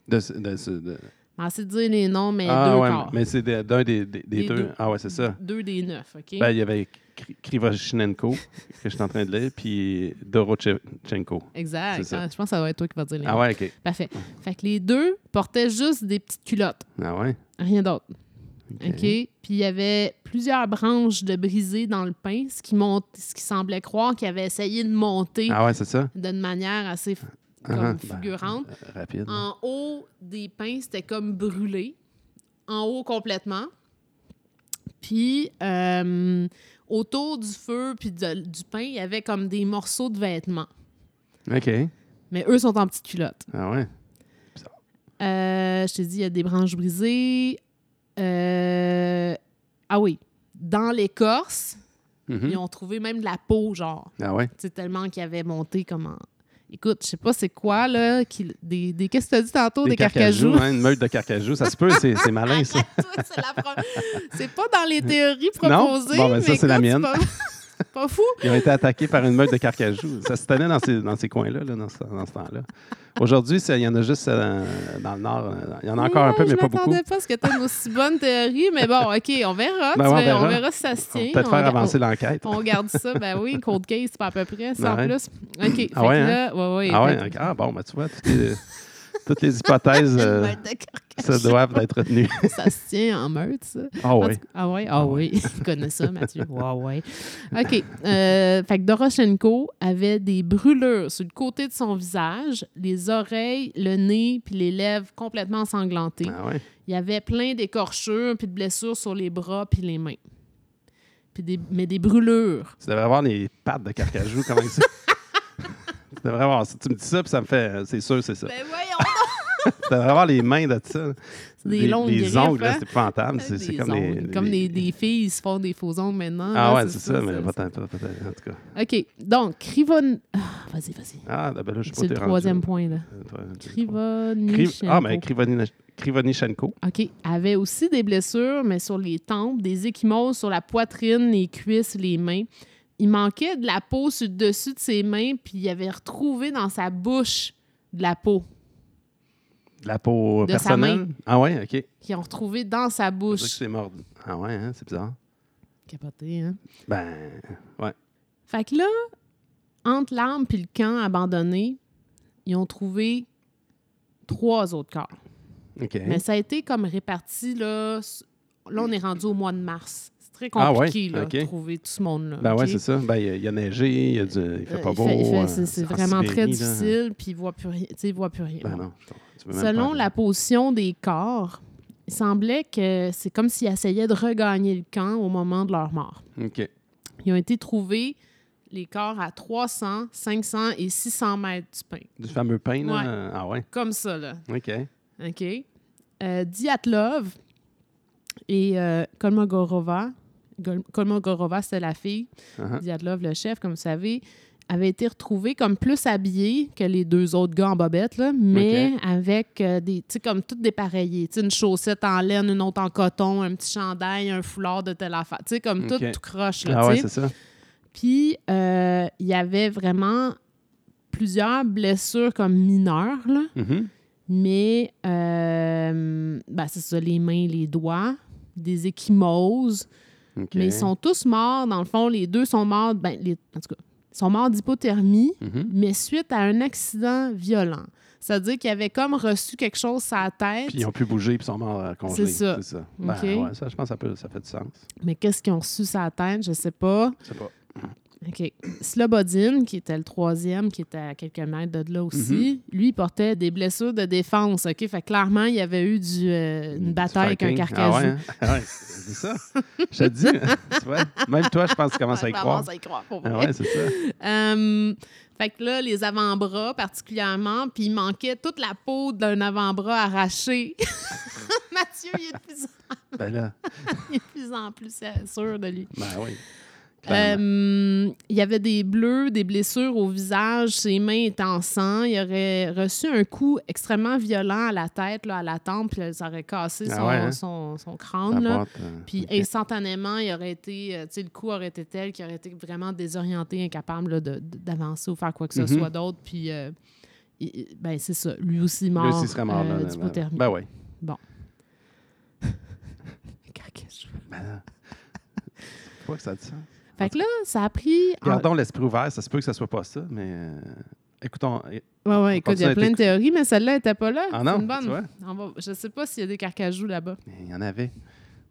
De ce- de ce- de- Ben, c'est de dire les noms, mais Ah, deux ouais, corps. mais c'est de- d'un des, des- des Des deux. deux. Ah, ouais, c'est ça. Deux des neuf, OK? Ben, il y avait Kri- Krivoshinenko, que je suis en train de lire, puis Dorochenko. exact. c'est ça. Ah, je pense que ça va être toi qui vas dire les Ah, noms. ouais, OK. Parfait. Fait que les deux portaient juste des petites culottes, Ah, ouais. rien d'autre. OK. OK? Puis il y avait plusieurs branches de brisées dans le pain, ce qui, mont- ce qui semblait croire qu'il avait essayé de monter Ah, ouais, c'est ça. d'une manière assez f- comme Ah, ben, fulgurante. euh, rapide. En haut des pins, c'était comme brûlé. En haut complètement. Puis euh, autour du feu puis de- du pain, il y avait comme des morceaux de vêtements. OK. Mais eux sont en petites culottes. Ah, ouais. Euh, je t'ai dit, il y a des branches brisées. Euh, ah oui. Dans l'écorce, Mhm. ils ont trouvé même de la peau, genre. Ah, ouais. Tu sais, tellement qu'il avait monté comme en- Écoute, je sais pas c'est quoi, là. qu'il- Des, des- Qu'est-ce que tu as dit tantôt? Des, carcajous. hein, une meute de carcajou, ça se peut, c'est c'est malin, ça. Arrête-toi, c'est la pro- C'est pas dans les théories Non? proposées. Bon, ben, ça, mais c'est la écoute, mienne. Pas... c'est pas fou. Ils ont été attaqués par une meute de carcajou. Ça se tenait dans ces, dans ces coins-là, là, dans ce, dans ce temps-là. Aujourd'hui, ça- il y en a juste euh, dans le nord. euh, Il y en a encore un peu, Ouais, mais pas Je beaucoup. m'attendais pas à ce que tu une aussi bonne théorie, mais bon, OK, on verra. Ben, tu on vas- verra. on verra si ça se On tient. peut Peut-être On- faire avancer on- l'enquête. On garde ça, ben oui, cold case, pas à peu près, sans Ouais. plus. OK, fait Ah ouais, que hein? là, ouais, ouais, ah fait ouais, que- ok. ah bon, ben, tu vois, toutes les, toutes les hypothèses, Une euh, meute de ça carcajou. doit être retenues. Ça se tient en meute, ça. Ah oui. En tout- Ah oui, ah Ah oui. Il connaît ça, Mathieu. Ah ouais. OK. Euh, fait que Doroshenko avait des brûlures sur le côté de son visage, les oreilles, le nez, puis les lèvres complètement ensanglantées. Ah ouais. Il y avait plein d'écorchures, puis de blessures sur les bras, puis les mains. Puis des, mais des brûlures. Tu devrais avoir les pattes de carcajou, comment ça? tu devrais avoir ça. Tu me dis ça, puis ça me fait. euh, C'est sûr, c'est ça. Ben voyons! Tu devrais avoir les mains de ça. Des les, longues les griffes, ongles, là, hein? c'est épouvantable. C'est c'est comme, des- ongles. Comme des- des, des filles, ils se font des faux ongles maintenant. là, Ah ouais, c'est ça, mais ça. pas tant, pas- pas tant, en tout cas. OK. Donc, Krivon... Ah, vas-y, vas-y. Ah, ben là, je sais pas C'est le t'es rendu. troisième point, là. Euh, toi, tu- Kriv- Krivonichenko. Ah, mais Krivonich- Krivonichenko. OK. Avait aussi des blessures, mais sur les tempes, des échymoses sur la poitrine, les cuisses, les mains. Il manquait de la peau sur le dessus de ses mains, puis il avait retrouvé dans sa bouche de la peau, De la peau De sa personnelle. main. Ah ouais, ok. C'est qu'ils ont retrouvé dans sa pour ça bouche. que c'est mort. Ah ouais, hein, c'est bizarre. Capoté, hein? Ben, Fait que là, entre l'arme puis le camp abandonné, ils ont trouvé trois autres corps. Hein? ok. Mais ça a été comme réparti, là. s- Là, on est rendu au mois de mars. C'est très Ah ouais, compliqué, là, de ok. trouver tout ce monde-là. Ben ouais, ok? c'est ça. Ben, il y a- il y, a neigé, il, y a du... il fait Euh, pas il beau. fait- il fait- euh, c'est c'est en vraiment Sibérie, très là. difficile, puis il voit plus rien. tu sais, il voit plus rien. Ben non, je comprends. Tu peux même Selon pas- la position des corps, il semblait que c'est comme s'ils essayaient de regagner le camp au moment de leur mort. Ok. Ils ont été trouvés, les corps, à 300, 500 et 600 mètres du pain. Du fameux pain, là. Ouais. euh, Ah ouais, Comme ça, là. ok. OK? Euh, Diatlov et euh, Kolmogorova. Gol- Kolmogorova, c'était la fille. Uh-huh. Diatlov, le chef, comme vous savez, avait été retrouvé comme plus habillé que les deux autres gars en bobette, là, mais avec euh, des, tu sais, comme toutes dépareillées. Tu sais, une chaussette en laine, une autre en coton, un petit chandail, un foulard de telle affaire. Tu sais, comme tout, OK. tout croche, là, Ah tu ouais, sais. c'est ça. Puis, euh, il y avait vraiment plusieurs blessures comme mineures, là. Mhm. Mais, euh, ben, c'est ça, les mains, les doigts, des échymoses. Ok. Mais ils sont tous morts, dans le fond. Les deux sont morts, ben, les- en tout cas, ils sont morts d'hypothermie, Mhm. mais suite à un accident violent. C'est-à-dire qu'ils avaient comme reçu quelque chose sur la tête. Puis ils ont pu bouger, puis ils sont morts euh, congelés. C'est ça. Ben, Ok. ouais, ça, je pense que ça, peut- ça fait du sens. Mais qu'est-ce qu'ils ont reçu sur la tête? Je sais pas. Je sais pas. OK. Slobodin, qui était le troisième, qui était à quelques mètres de là aussi, Mhm. lui, il portait des blessures de défense. OK? Fait que clairement, il y avait eu du, euh, une Du bataille avec un fracking. carcajou. Ah ouais, hein? Ah ouais, c'est ça. Je te dis, tu vois, même toi, je pense que tu commences à y Vraiment, croire. ça bah, y croire, pour Ah vrai. ouais, c'est ça. Euh, fait que là, les avant-bras particulièrement, puis il manquait toute la peau d'un avant-bras arraché. Mathieu, il est, de plus en, Ben là, il est de plus en plus euh, sûr de lui. ben oui. Clairement. Euh, il y avait des bleus, des blessures au visage, ses mains étaient en sang. Il aurait reçu un coup extrêmement violent à la tête, là, à la tempe, puis ça aurait cassé Ah son, ouais, hein? son- son Ça crâne. là. porte, euh, Puis ok. instantanément, il aurait été, euh, tu sais, le coup aurait été tel qu'il aurait été vraiment désorienté, incapable là, de- de- d'avancer ou faire quoi que ce Mhm. soit d'autre. Puis, euh, il- il- ben, c'est ça, lui aussi mort, Lui aussi serait mort, euh, là, là, là. d'hypothermie. Ben oui. Cacache. Ben, c'est pas que ça dit ça. Fait que là, ça a pris. en- Gardons l'esprit ouvert, ça se peut que ça soit pas ça, mais euh, écoutons. euh, Ouais, ouais, écoute, il y continue à a plein de t'écouter. théories, mais celle-là n'était pas là. Ah C'est non, une bonne. tu vois? On va- Je sais pas s'il y a des carcajous là-bas. mais Il y en avait.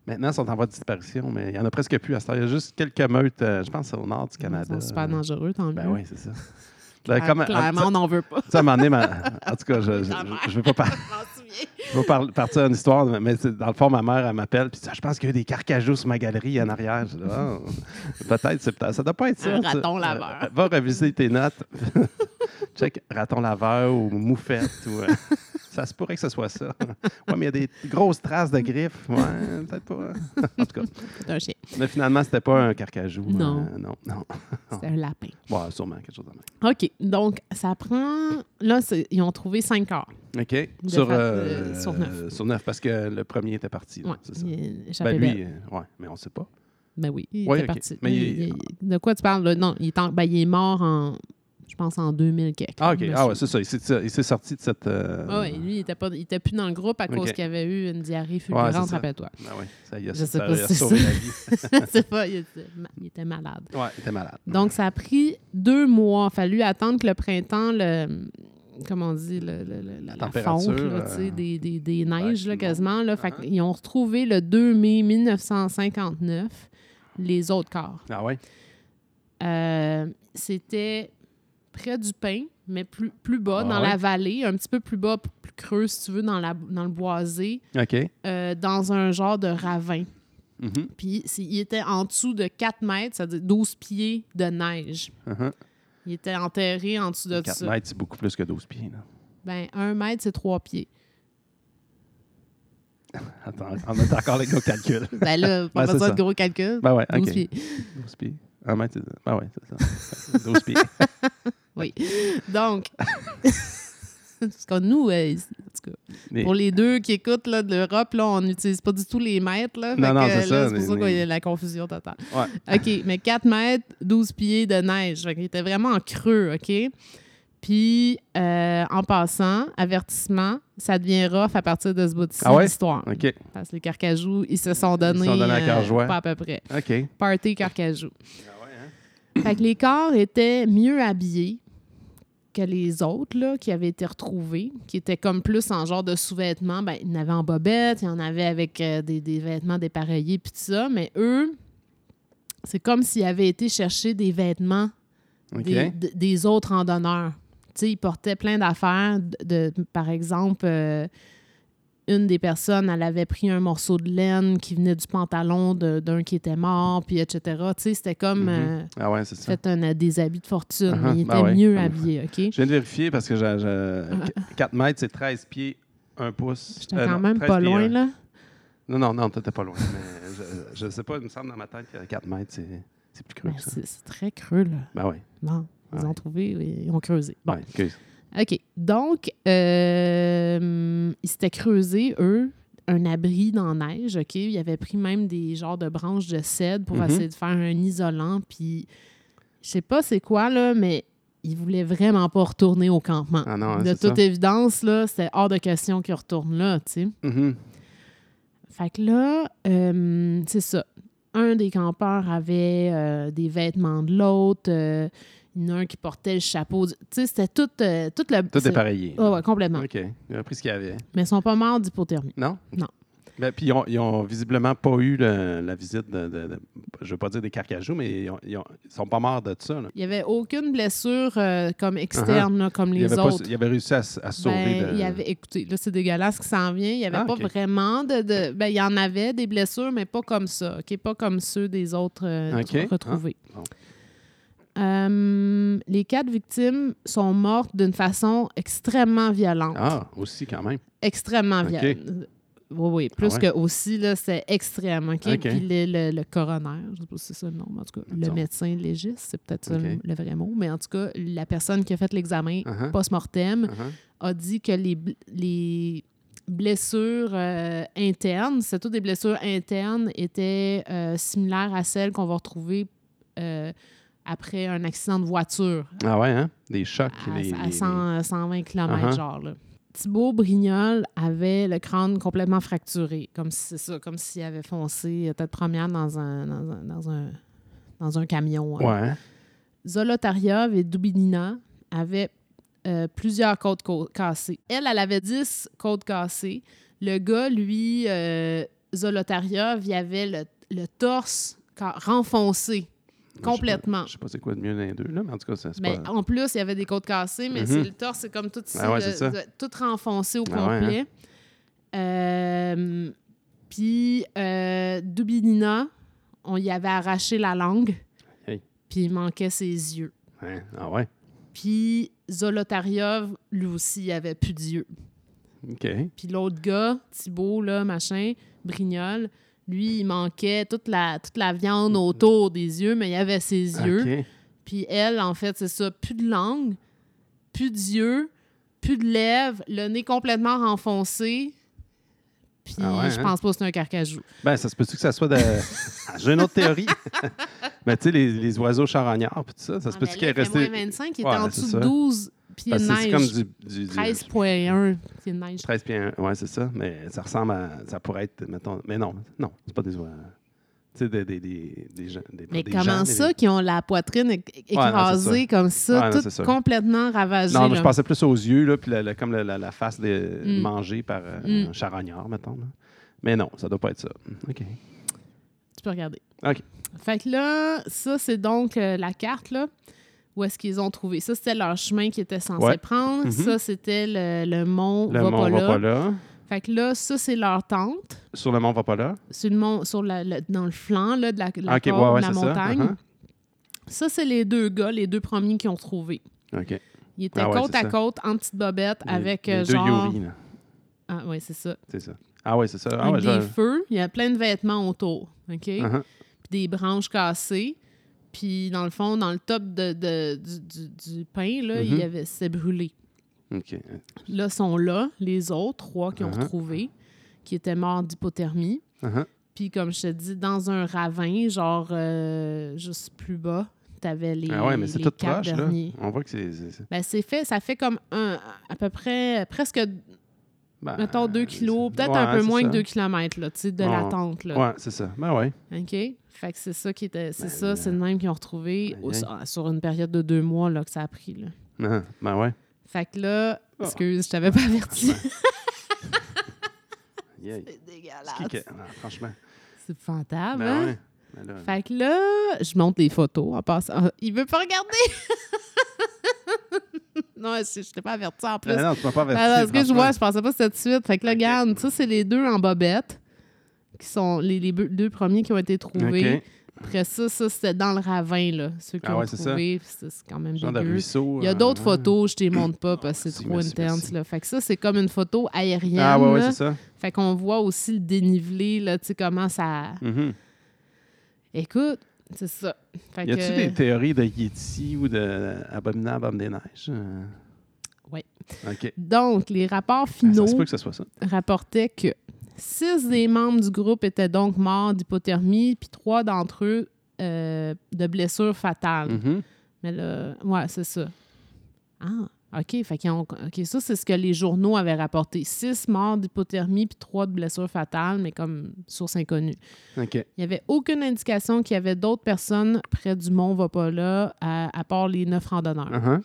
Maintenant, ils sont en voie de disparition, mais il y en a presque plus. À ce temps, il y a juste quelques meutes, euh, je pense, au nord du Ils Canada. sont super dangereux, tant mieux. Ben oui, c'est ça. Ben, Ah, comme- à- Clairement, on n'en veut pas. tu sais, à un moment donné, ma- en tout cas, je ne Ta mère. je, je veux pas par- Je m'en souviens. je veux par- partir une histoire, mais c'est- dans le fond, ma mère, elle m'appelle, puis elle dit, Ah, je pense qu'il y a eu des carcajous sur ma galerie en arrière. Je dis, Ah, peut-être, c'est peut-être. Ça doit pas être ça. Un tu- raton euh, laveur. va reviser tes notes. Check raton laveur ou moufette. Ou, euh, ça se pourrait que ce soit ça. Ouais, mais il y a des grosses traces de griffes. Ouais, peut-être pas. en tout cas, C'est un chien. mais finalement, c'était pas un carcajou. Non. Euh, non, non. C'est un lapin. Ouais, sûrement quelque chose de même. OK. Donc, ça prend. Là, c'est- ils ont trouvé cinq corps. OK. De Sur, fait, euh, euh, sur neuf. sur neuf, parce que le premier était parti. là, Ouais, c'est ça. il a échappé Ben belle. lui, euh, ouais, mais on sait pas. Ben oui, il Ouais, était ok. parti. Mais Il- il- il- de quoi tu parles? là? Non, il est, en- ben, il est mort en, je pense, en 2000 quelque. Ah, OK. Monsieur. Ah, ouais, c'est ça. Il s'est- ça- il s'est sorti de cette. euh, Ah ouais, lui, il était, pas, il était plus dans le groupe à cause Ok. qu'il avait eu une diarrhée Ouais, c'est fulgurante, ça. rappelle-toi. Ah ouais, ça y Je est, sais ça pas lui si a c'est sauvé ça. la vie. C'est pas, il était, ma- il était malade. Ouais, il était malade. Donc, ça a pris deux mois. fallu attendre que le printemps, le, comment on dit, le- le- le- la, La la température, fonte là, tu sais, euh, des, des- des neiges ouais, là, bon. quasiment. Là, Fait Uh-huh. qu'ils ont retrouvé le 2 mai 1959 les autres corps. Ah ouais? Euh, c'était près du pain, mais plus, plus bas, Ah dans ouais? la vallée, un petit peu plus bas, p- plus creux, si tu veux, dans, la, dans le boisé, OK. euh, dans un genre de ravin. Mhm, Puis c'est- il était en dessous de 4 mètres, c'est-à-dire 12 pieds de neige. mhm. Il était enterré en dessous de Quatre ça. mètres, c'est beaucoup plus que 12 pieds. là. Ben, 1 mètre, c'est 3 pieds. Attends, on a encore les gros calculs. Ben là, pas Ben, c'est besoin ça. de gros calculs. Ben ouais, 12 OK. pieds. 12 pieds. Un mètre, c'est ça. Ben ouais, c'est ça. 12 pieds. Oui. Donc, parce que nous, euh, ici, en tout cas, Mais- pour les deux qui écoutent là, de l'Europe, là, on n'utilise pas du tout les mètres. Là, Fait Non, non, que, c'est là, ça, C'est pour mais- ça qu'il y mais- a la confusion totale. Ouais. OK, mais 4 mètres, 12 pieds de neige. Fait qu'il était vraiment en creux, OK? Puis, euh, en passant, avertissement, ça devient rough à partir de ce bout-ci Ah ouais? l'histoire. OK. Parce que les carcajous, ils se sont donnés, sont donnés à euh, cœur joie. pas à peu près. OK. Party carcajou. Ah ouais, hein? Fait que les corps étaient mieux habillés que les autres là, qui avaient été retrouvés, qui étaient comme plus en genre de sous-vêtements. Ben, ils en avaient en bobette, ils en avaient avec euh, des, des vêtements dépareillés, puis tout ça. Mais eux, c'est comme s'ils avaient été chercher des vêtements OK. des, d- des autres randonneurs. Tu sais, ils portaient plein d'affaires. De, de- par exemple, euh, une des personnes, elle avait pris un morceau de laine qui venait du pantalon de- d'un qui était mort, puis etc. Tu sais, c'était comme... Mhm. euh, Ah ouais, c'est ça. fait un, euh, des habits de fortune, Uh-huh, mais il ben était ouais, mieux comme- habillé, OK? Je viens de vérifier parce que j'ai- j'ai- 4 mètres, c'est 13 pieds, 1 pouce. J'étais Euh, quand non, même 13 pas pieds, loin, un. là. Non, non, non, t'étais pas loin. Mais je- je ne sais pas, il me semble dans ma tête que 4 mètres, c'est c'est plus creux Ben, que ça. c'est c'est très creux, là. Ben oui. Bon, ils Ouais. ont trouvé, oui, ils ont creusé. Bon, Ouais, que- OK. Donc, euh, ils s'étaient creusé, eux, un abri dans la neige, OK? Ils avaient pris même des genres de branches de cèdre pour Mhm. essayer de faire un isolant, puis je sais pas c'est quoi, là, mais ils voulaient vraiment pas retourner au campement. Ah non, hein, de c'est toute évidence, là, c'était hors de question qu'ils retournent là, tu sais. Mhm. Fait que là, euh, c'est ça. Un des campeurs avait euh, des vêtements de l'autre. euh, il y en a un qui portait le chapeau. du- Tu sais, c'était tout, euh, tout le... Tout est pareil. Ah ouais, complètement. OK. Il a pris ce qu'il y avait. Mais ils sont pas morts d'hypothermie. Non? Non. Ben, puis ils ont, ils ont visiblement pas eu le- la visite de, de- de- Je veux pas dire des carcajous, mais ils, ont- ils ont- ils sont pas morts de ça. là. Il n'y avait aucune blessure euh, comme Uh-huh. externe, là, comme Ils les avaient pas- autres. ils avaient réussi à, s- à se sauver. Ben, de- il y avait, écoutez, là, c'est dégueulasse ce qui s'en vient. Il n'y avait Ah, pas ok. vraiment de, de- Ben, il y en avait des blessures, mais pas comme ça, OK? Pas comme ceux des autres euh, Ok. re- retrouvés. Ah, Euh, les quatre victimes sont mortes d'une façon extrêmement violente. Ah, aussi quand même. Extrêmement Ok. violente. Oui, oui. Plus Ah ouais? que aussi, là, c'est extrême, OK? OK. Puis le, le- le coroner, je sais pas si c'est ça le nom, mais en tout cas, le Attends. médecin légiste, c'est peut-être ça le, OK. le vrai mot, mais en tout cas, la personne qui a fait l'examen Uh-huh. post-mortem Uh-huh. a dit que les, bl- les blessures euh, internes, c'est toutes des blessures internes, étaient euh, similaires à celles qu'on va retrouver euh, après un accident de voiture Ah ouais, hein? Des chocs. à, les- Ah, à euh, les- 100, 120 km, Uh-huh. genre. Là. Thibaut Brignol avait le crâne complètement fracturé, comme si c'est ça, comme s'il avait foncé euh, tête première dans un, dans un, dans un, dans un camion. les- hein. Ouais. Zolotaryov et Dubinina avaient euh, plusieurs côtes co- cassées. Elle, elle avait 10 côtes cassées. Le gars, lui, euh, Zolotaryov, il avait le, le torse ca- renfoncé complètement. Ah, Je sais pas c'est quoi de mieux dans les deux, là, mais en tout cas, ça, c'est Ah. Mais pas. en plus, il y avait des côtes cassées, mais Mhm. c'est le torse, c'est comme tout, Ah ouais, c'est c'est ça. de- tout renfoncé au Ah ouais, hein? complet. Euh, Puis euh, Dubinina, on y avait arraché la langue, Hey. puis il manquait ses yeux. Hein? Ah ouais. Puis Zolotaryov, lui aussi, il avait plus d'yeux. OK. Puis l'autre gars, Thibault, là, machin, Brignol, lui, il manquait toute la, toute la viande autour des yeux, mais il avait ses yeux. Mm-hmm. OK. Puis elle, en fait, c'est ça, plus de langue, plus d'yeux, plus de lèvres, le nez complètement renfoncé. Puis Ah ouais, je hein? pense pas que c'est un carcajou. Ben, ça se peut-tu que ça soit de. Ah, J'ai une autre théorie. Mais tu sais, les, les oiseaux charognards, puis tout ça, ça se Ah, peut-tu mais qu'il est là, il fait resté. moins 25, il était Ouais, en ben, dessous c'est de ça. 12 pieds de Parce que c'est neige. comme du. du, Ah, du- 13,1 pieds de neige. 13 pieds, un- ouais, c'est ça. Mais ça ressemble à. Ça pourrait être, mettons. Mais non, non, c'est pas des oiseaux. Tu sais, des, des, des, des gens. Des, Mais des gens, comment des- ça, qui ont la poitrine é- écrasée non, c'est comme ça, Ouais, non, toute c'est ça. complètement ravagée? Non, mais je là. pensais plus aux yeux, là, puis la- la- comme la, la- la face de, Mm. mangée par euh, Mm. un charognard, mettons. là. Mais non, ça doit pas être ça. OK. Tu peux regarder. OK. Fait que là, ça, c'est donc euh, la carte, là, où est-ce qu'ils ont trouvé. Ça, c'était leur chemin qu'ils étaient censés Ouais. prendre. Mhm. Ça, c'était le, le mont Le va mont pas va là. pas là. Fait que là, ça, c'est leur tente. Sur le mont va pas là. Sur le mont, sur la- le- dans le flanc, là, de la, de la OK, ouais, côte, de ouais, la c'est montagne. ça. Uh-huh. Ça, c'est les deux gars, les deux premiers qui ont trouvé. uh-huh. OK. Ils étaient Ah ouais, côte c'est à ça. côte, en petite bobette, Les- avec les euh, deux genre... Yuri, là. Ah, ouais, c'est ça. C'est ça. Ah ouais, c'est ça. Ah ouais, avec je- des feux, il y a plein de vêtements autour, OK? uh-huh. Puis des branches cassées. Puis dans le fond, dans le top de, de- du, du- du pain, là, il y Mhm. avait, c'est brûlé. OK. Là, sont là les autres, trois qui ont Uh-huh. retrouvé, qui étaient morts d'hypothermie. Uh-huh. Puis comme je te dis, dans un ravin, genre euh, juste plus bas, t'avais les, Ah ouais, mais c'est les tout quatre proche, là. derniers. On voit que c'est. c'est- c'est- Ben, c'est fait, ça fait comme un, à peu près, presque, ben, mettons, deux c'est- kilos, peut-être ouais, un peu c'est moins ça. que deux kilomètres, là, tu sais, de Ouais, la tente, là. Ouais, c'est ça. Ben ouais. OK? Fait que c'est ça qui était. C'est Ben, ça, c'est le même qu'ils ont retrouvé au- aïe, sur une période de deux mois là, que ça a pris. Là. Uh-huh. Ben ouais. Fait que là, Ah. excuse, je t'avais pas averti. Yeah. c'est C'est qui dégueulasse. que- non, franchement. C'est fantable, ben hein? ouais. Ben là, Fait que là, je monte les photos en passant. Ah, Il veut pas regarder! non, je, je t'ai pas averti en plus. Ben non, tu m'as pas averti. Parce que je franchement. vois, je pensais pas que c'était de suite. Fait que là, Ok. regarde, ça, c'est les deux en bobette, qui sont les, les be- deux premiers qui ont été trouvés. OK. Après ça, ça, c'était dans le ravin, là. Ceux qui Ah ont ouais, c'est ça. trouvé, puis c'est c'est quand même Genre de dégueu. ruisseau. Il y a euh, d'autres ouais. photos, je te les montre pas parce que c'est Merci, trop merci, intense. merci. Là. Fait que ça, c'est comme une photo aérienne. Ah ouais, ouais, là. c'est ça. Fait qu'on voit aussi le dénivelé, là, tu sais, comment ça. Mhm. Écoute, c'est ça. Fait Y a-tu que- des théories de Yeti ou de Abominable Homme des Neiges? euh? Ouais. OK. Donc, les rapports Ah, Ça finaux se peut que ce soit ça. rapportaient que six des membres du groupe étaient donc morts d'hypothermie, puis trois d'entre eux euh, de blessures fatales. Mhm. Mais là, ouais, c'est ça. Ah, OK. Fait qu'ils ont- OK, ça, c'est ce que les journaux avaient rapporté. Six morts d'hypothermie puis trois de blessures fatales, mais comme source inconnue. OK. Il n'y avait aucune indication qu'il y avait d'autres personnes près du mont Vapola, à, à part les neuf randonneurs. Uh-huh.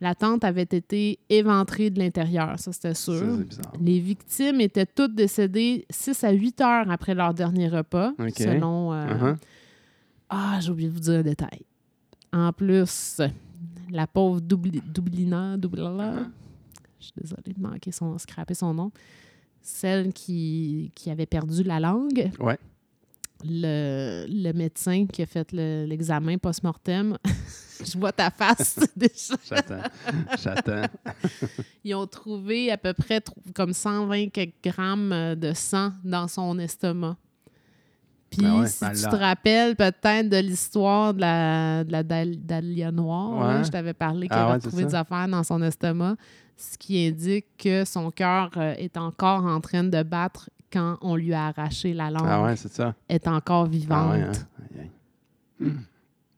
La tente avait été éventrée de l'intérieur, ça, c'était Ça, sûr. c'est bizarre. Les victimes étaient toutes décédées 6 à 8 heures après leur dernier repas, OK. selon euh, Uh-huh. ah, j'ai oublié de vous dire un détail. En plus, la pauvre Doubli- Doublina, Doublala, je suis désolée de manquer son, scraper son nom, celle qui, qui avait perdu la langue. Ouais. Le, le médecin qui a fait le- l'examen post-mortem, je vois ta face déjà. Ah J'attends. J'attends. Ils ont trouvé à peu près tr- comme 120 quelques grammes euh, de sang dans son estomac. Puis, Ah ouais, si ben tu là- te rappelles peut-être de l'histoire de la, de la dahlia- dahlia noire, là, Ouais. je t'avais parlé qu'elle Ah avait ouais, c'est trouvé ça. des affaires dans son estomac, ce qui indique que son cœur euh, est encore en train de battre quand on lui a arraché la langue. Ah ouais, c'est ça. Est encore Ah vivante. ouais, hein. Aïe, aïe.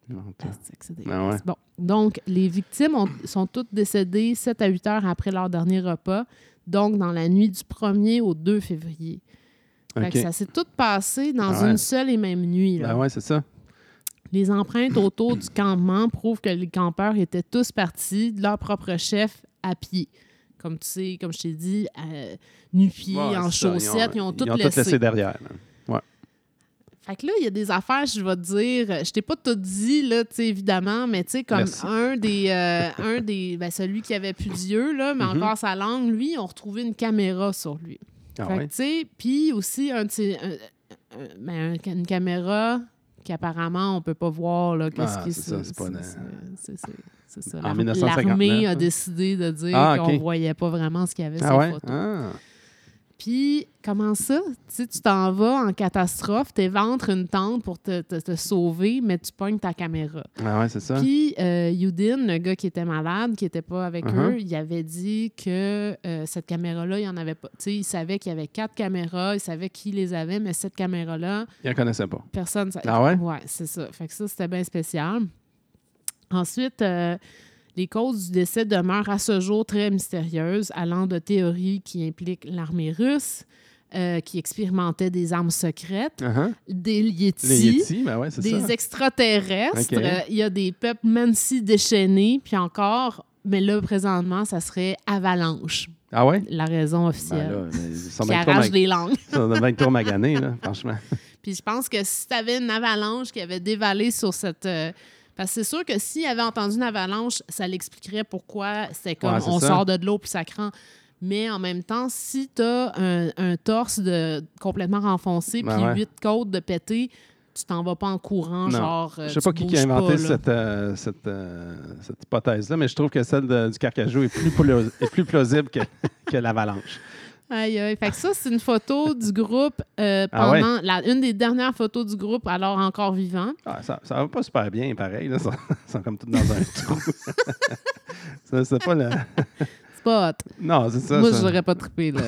Non, toi. Plastique, c'est Ben ouais. dégueulasse. Bon, donc les victimes ont- sont toutes décédées 7 à 8 heures après leur dernier repas, donc dans la nuit du 1er au 2 février. Fait OK. que ça s'est tout passé dans Ah ouais. une seule et même nuit. là. Ben ouais, c'est ça. Les empreintes autour du campement prouvent que les campeurs étaient tous partis de leur propre chef à pied. Comme tu sais, comme je t'ai dit, euh, nu-pieds, Ouais, en c'est ça. chaussettes, ils ont, tout Ils ont tout laissé. laissé derrière. là. Fait que là, il y a des affaires, je vais te dire, je t'ai pas tout dit, là, tu sais, évidemment, mais tu sais, comme Merci. un des, euh, un des, ben, celui qui avait plus d'yeux, là, mais Mhm. encore sa langue, lui, on retrouvait une caméra sur lui. Ah fait que, ouais. tu sais, puis aussi, un, de ses- un- un- ben, un- une caméra qu'apparemment, on peut pas voir, là, qu'est-ce Ah, qui c'est ça, c'est pas dans- c'est- c'est- c'est ça. En L'arm- 1959, L'armée a hein. décidé de dire Ah, qu'on ok. voyait pas vraiment ce qu'il y avait sur Ah ouais? photo. Ah. Puis, comment ça? Tu sais, tu t'en vas en catastrophe, t'éventres une tente pour te, te- te sauver, mais tu pognes ta caméra. Ah ouais, c'est ça. Puis, euh, Yudin, le gars qui était malade, qui n'était pas avec Mhm. eux, il avait dit que euh, cette caméra-là, il y en avait pas. Tu sais, il savait qu'il y avait quatre caméras, il savait qui les avait, mais cette caméra-là, Ils en connaissaient pas. personne. ça- Ah ouais? Ouais, c'est ça. Fait que ça, c'était bien spécial. Ensuite, euh, les causes du décès demeurent à ce jour très mystérieuses, allant de théories qui impliquent l'armée russe, euh, qui expérimentait des armes secrètes, Uh-huh. des Les yétis, Yétis, ben ouais, c'est des ça. extraterrestres. Ok. Euh, Il y a des peuples même si déchaînés, puis encore, mais là, présentement, ça serait avalanche, Ah ouais? la raison Ben officielle. là, ben, ils sont qui bien trop arrache mag- des langues. ils sont bien trop maganés, là, franchement. Puis je pense que si tu avais une avalanche qui avait dévalé sur cette. euh, parce que c'est sûr que s'il avait entendu une avalanche, ça l'expliquerait pourquoi c'est comme Ouais, c'est on ça. sort de de l'eau puis ça craint. Mais en même temps, si tu as un, un torse de, complètement renfoncé Ben puis ouais. huit côtes de pété, tu t'en vas pas en courant, Non. genre. euh, Je sais tu pas qui, qui bouges a inventé là. cette, euh, cette, euh, cette hypothèse-là, mais je trouve que celle de- du carcajou est plus, plo- est plus plausible que, que l'avalanche. Aïe, aïe. Fait que ça, c'est une photo du groupe euh, Ah ouais? pendant. la- une des dernières photos du groupe, alors encore vivant. Ah, ça, ça va pas super bien, pareil. là. Ils sont, ils sont comme tout dans un trou. Ça, c'est pas le... C'est pas hot. Non, c'est ça. Moi, ça. j'aurais pas trippé, là.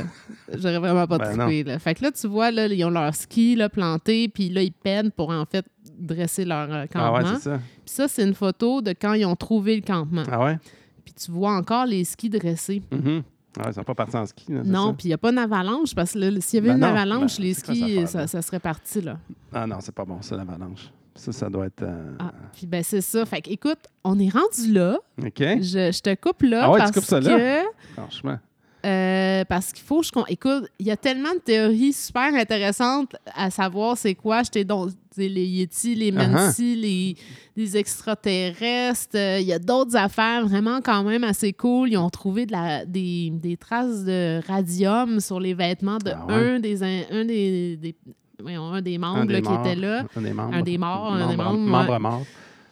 J'aurais vraiment pas Ben trippé, là. Fait que là, tu vois, là, ils ont leur ski là, planté, puis là, ils peinent pour, en fait, dresser leur euh, Ah ouais, campement. c'est ça. puis ça, c'est une photo de quand ils ont trouvé le campement. Ah ouais? Puis tu vois encore les skis dressés. Mhm. Ah ouais, ils sont pas partis en ski. là, c'est Non, ça. puis il n'y a pas d'avalanche, parce que là, s'il y avait Ben une non, avalanche, ben, les c'est quoi cette skis, affaire-là? ça, ça serait parti, là. Ah non, c'est pas bon, ça, l'avalanche. Ça, ça doit être. euh, Ah, puis ben c'est ça. Fait que, écoute, on est rendu là. OK? Je, je te coupe là Ah ouais, tu parce coupes ça là? que... Franchement. Euh, parce qu'il faut que je. con- Écoute, il y a tellement de théories super intéressantes à savoir c'est quoi. Je t'ai donc t'sais, les Yétis, les Uh-huh. Mansi, les, les extraterrestres. Euh, Il y a d'autres affaires vraiment quand même assez cool. Ils ont trouvé de la, des, des traces de radium sur les vêtements de Ah ouais? un des in- un des, des- voyons, un des membres un des là, qui morts, était là. Un des membres. Un des morts, un des Membre- membres, euh, membre ouais. mort.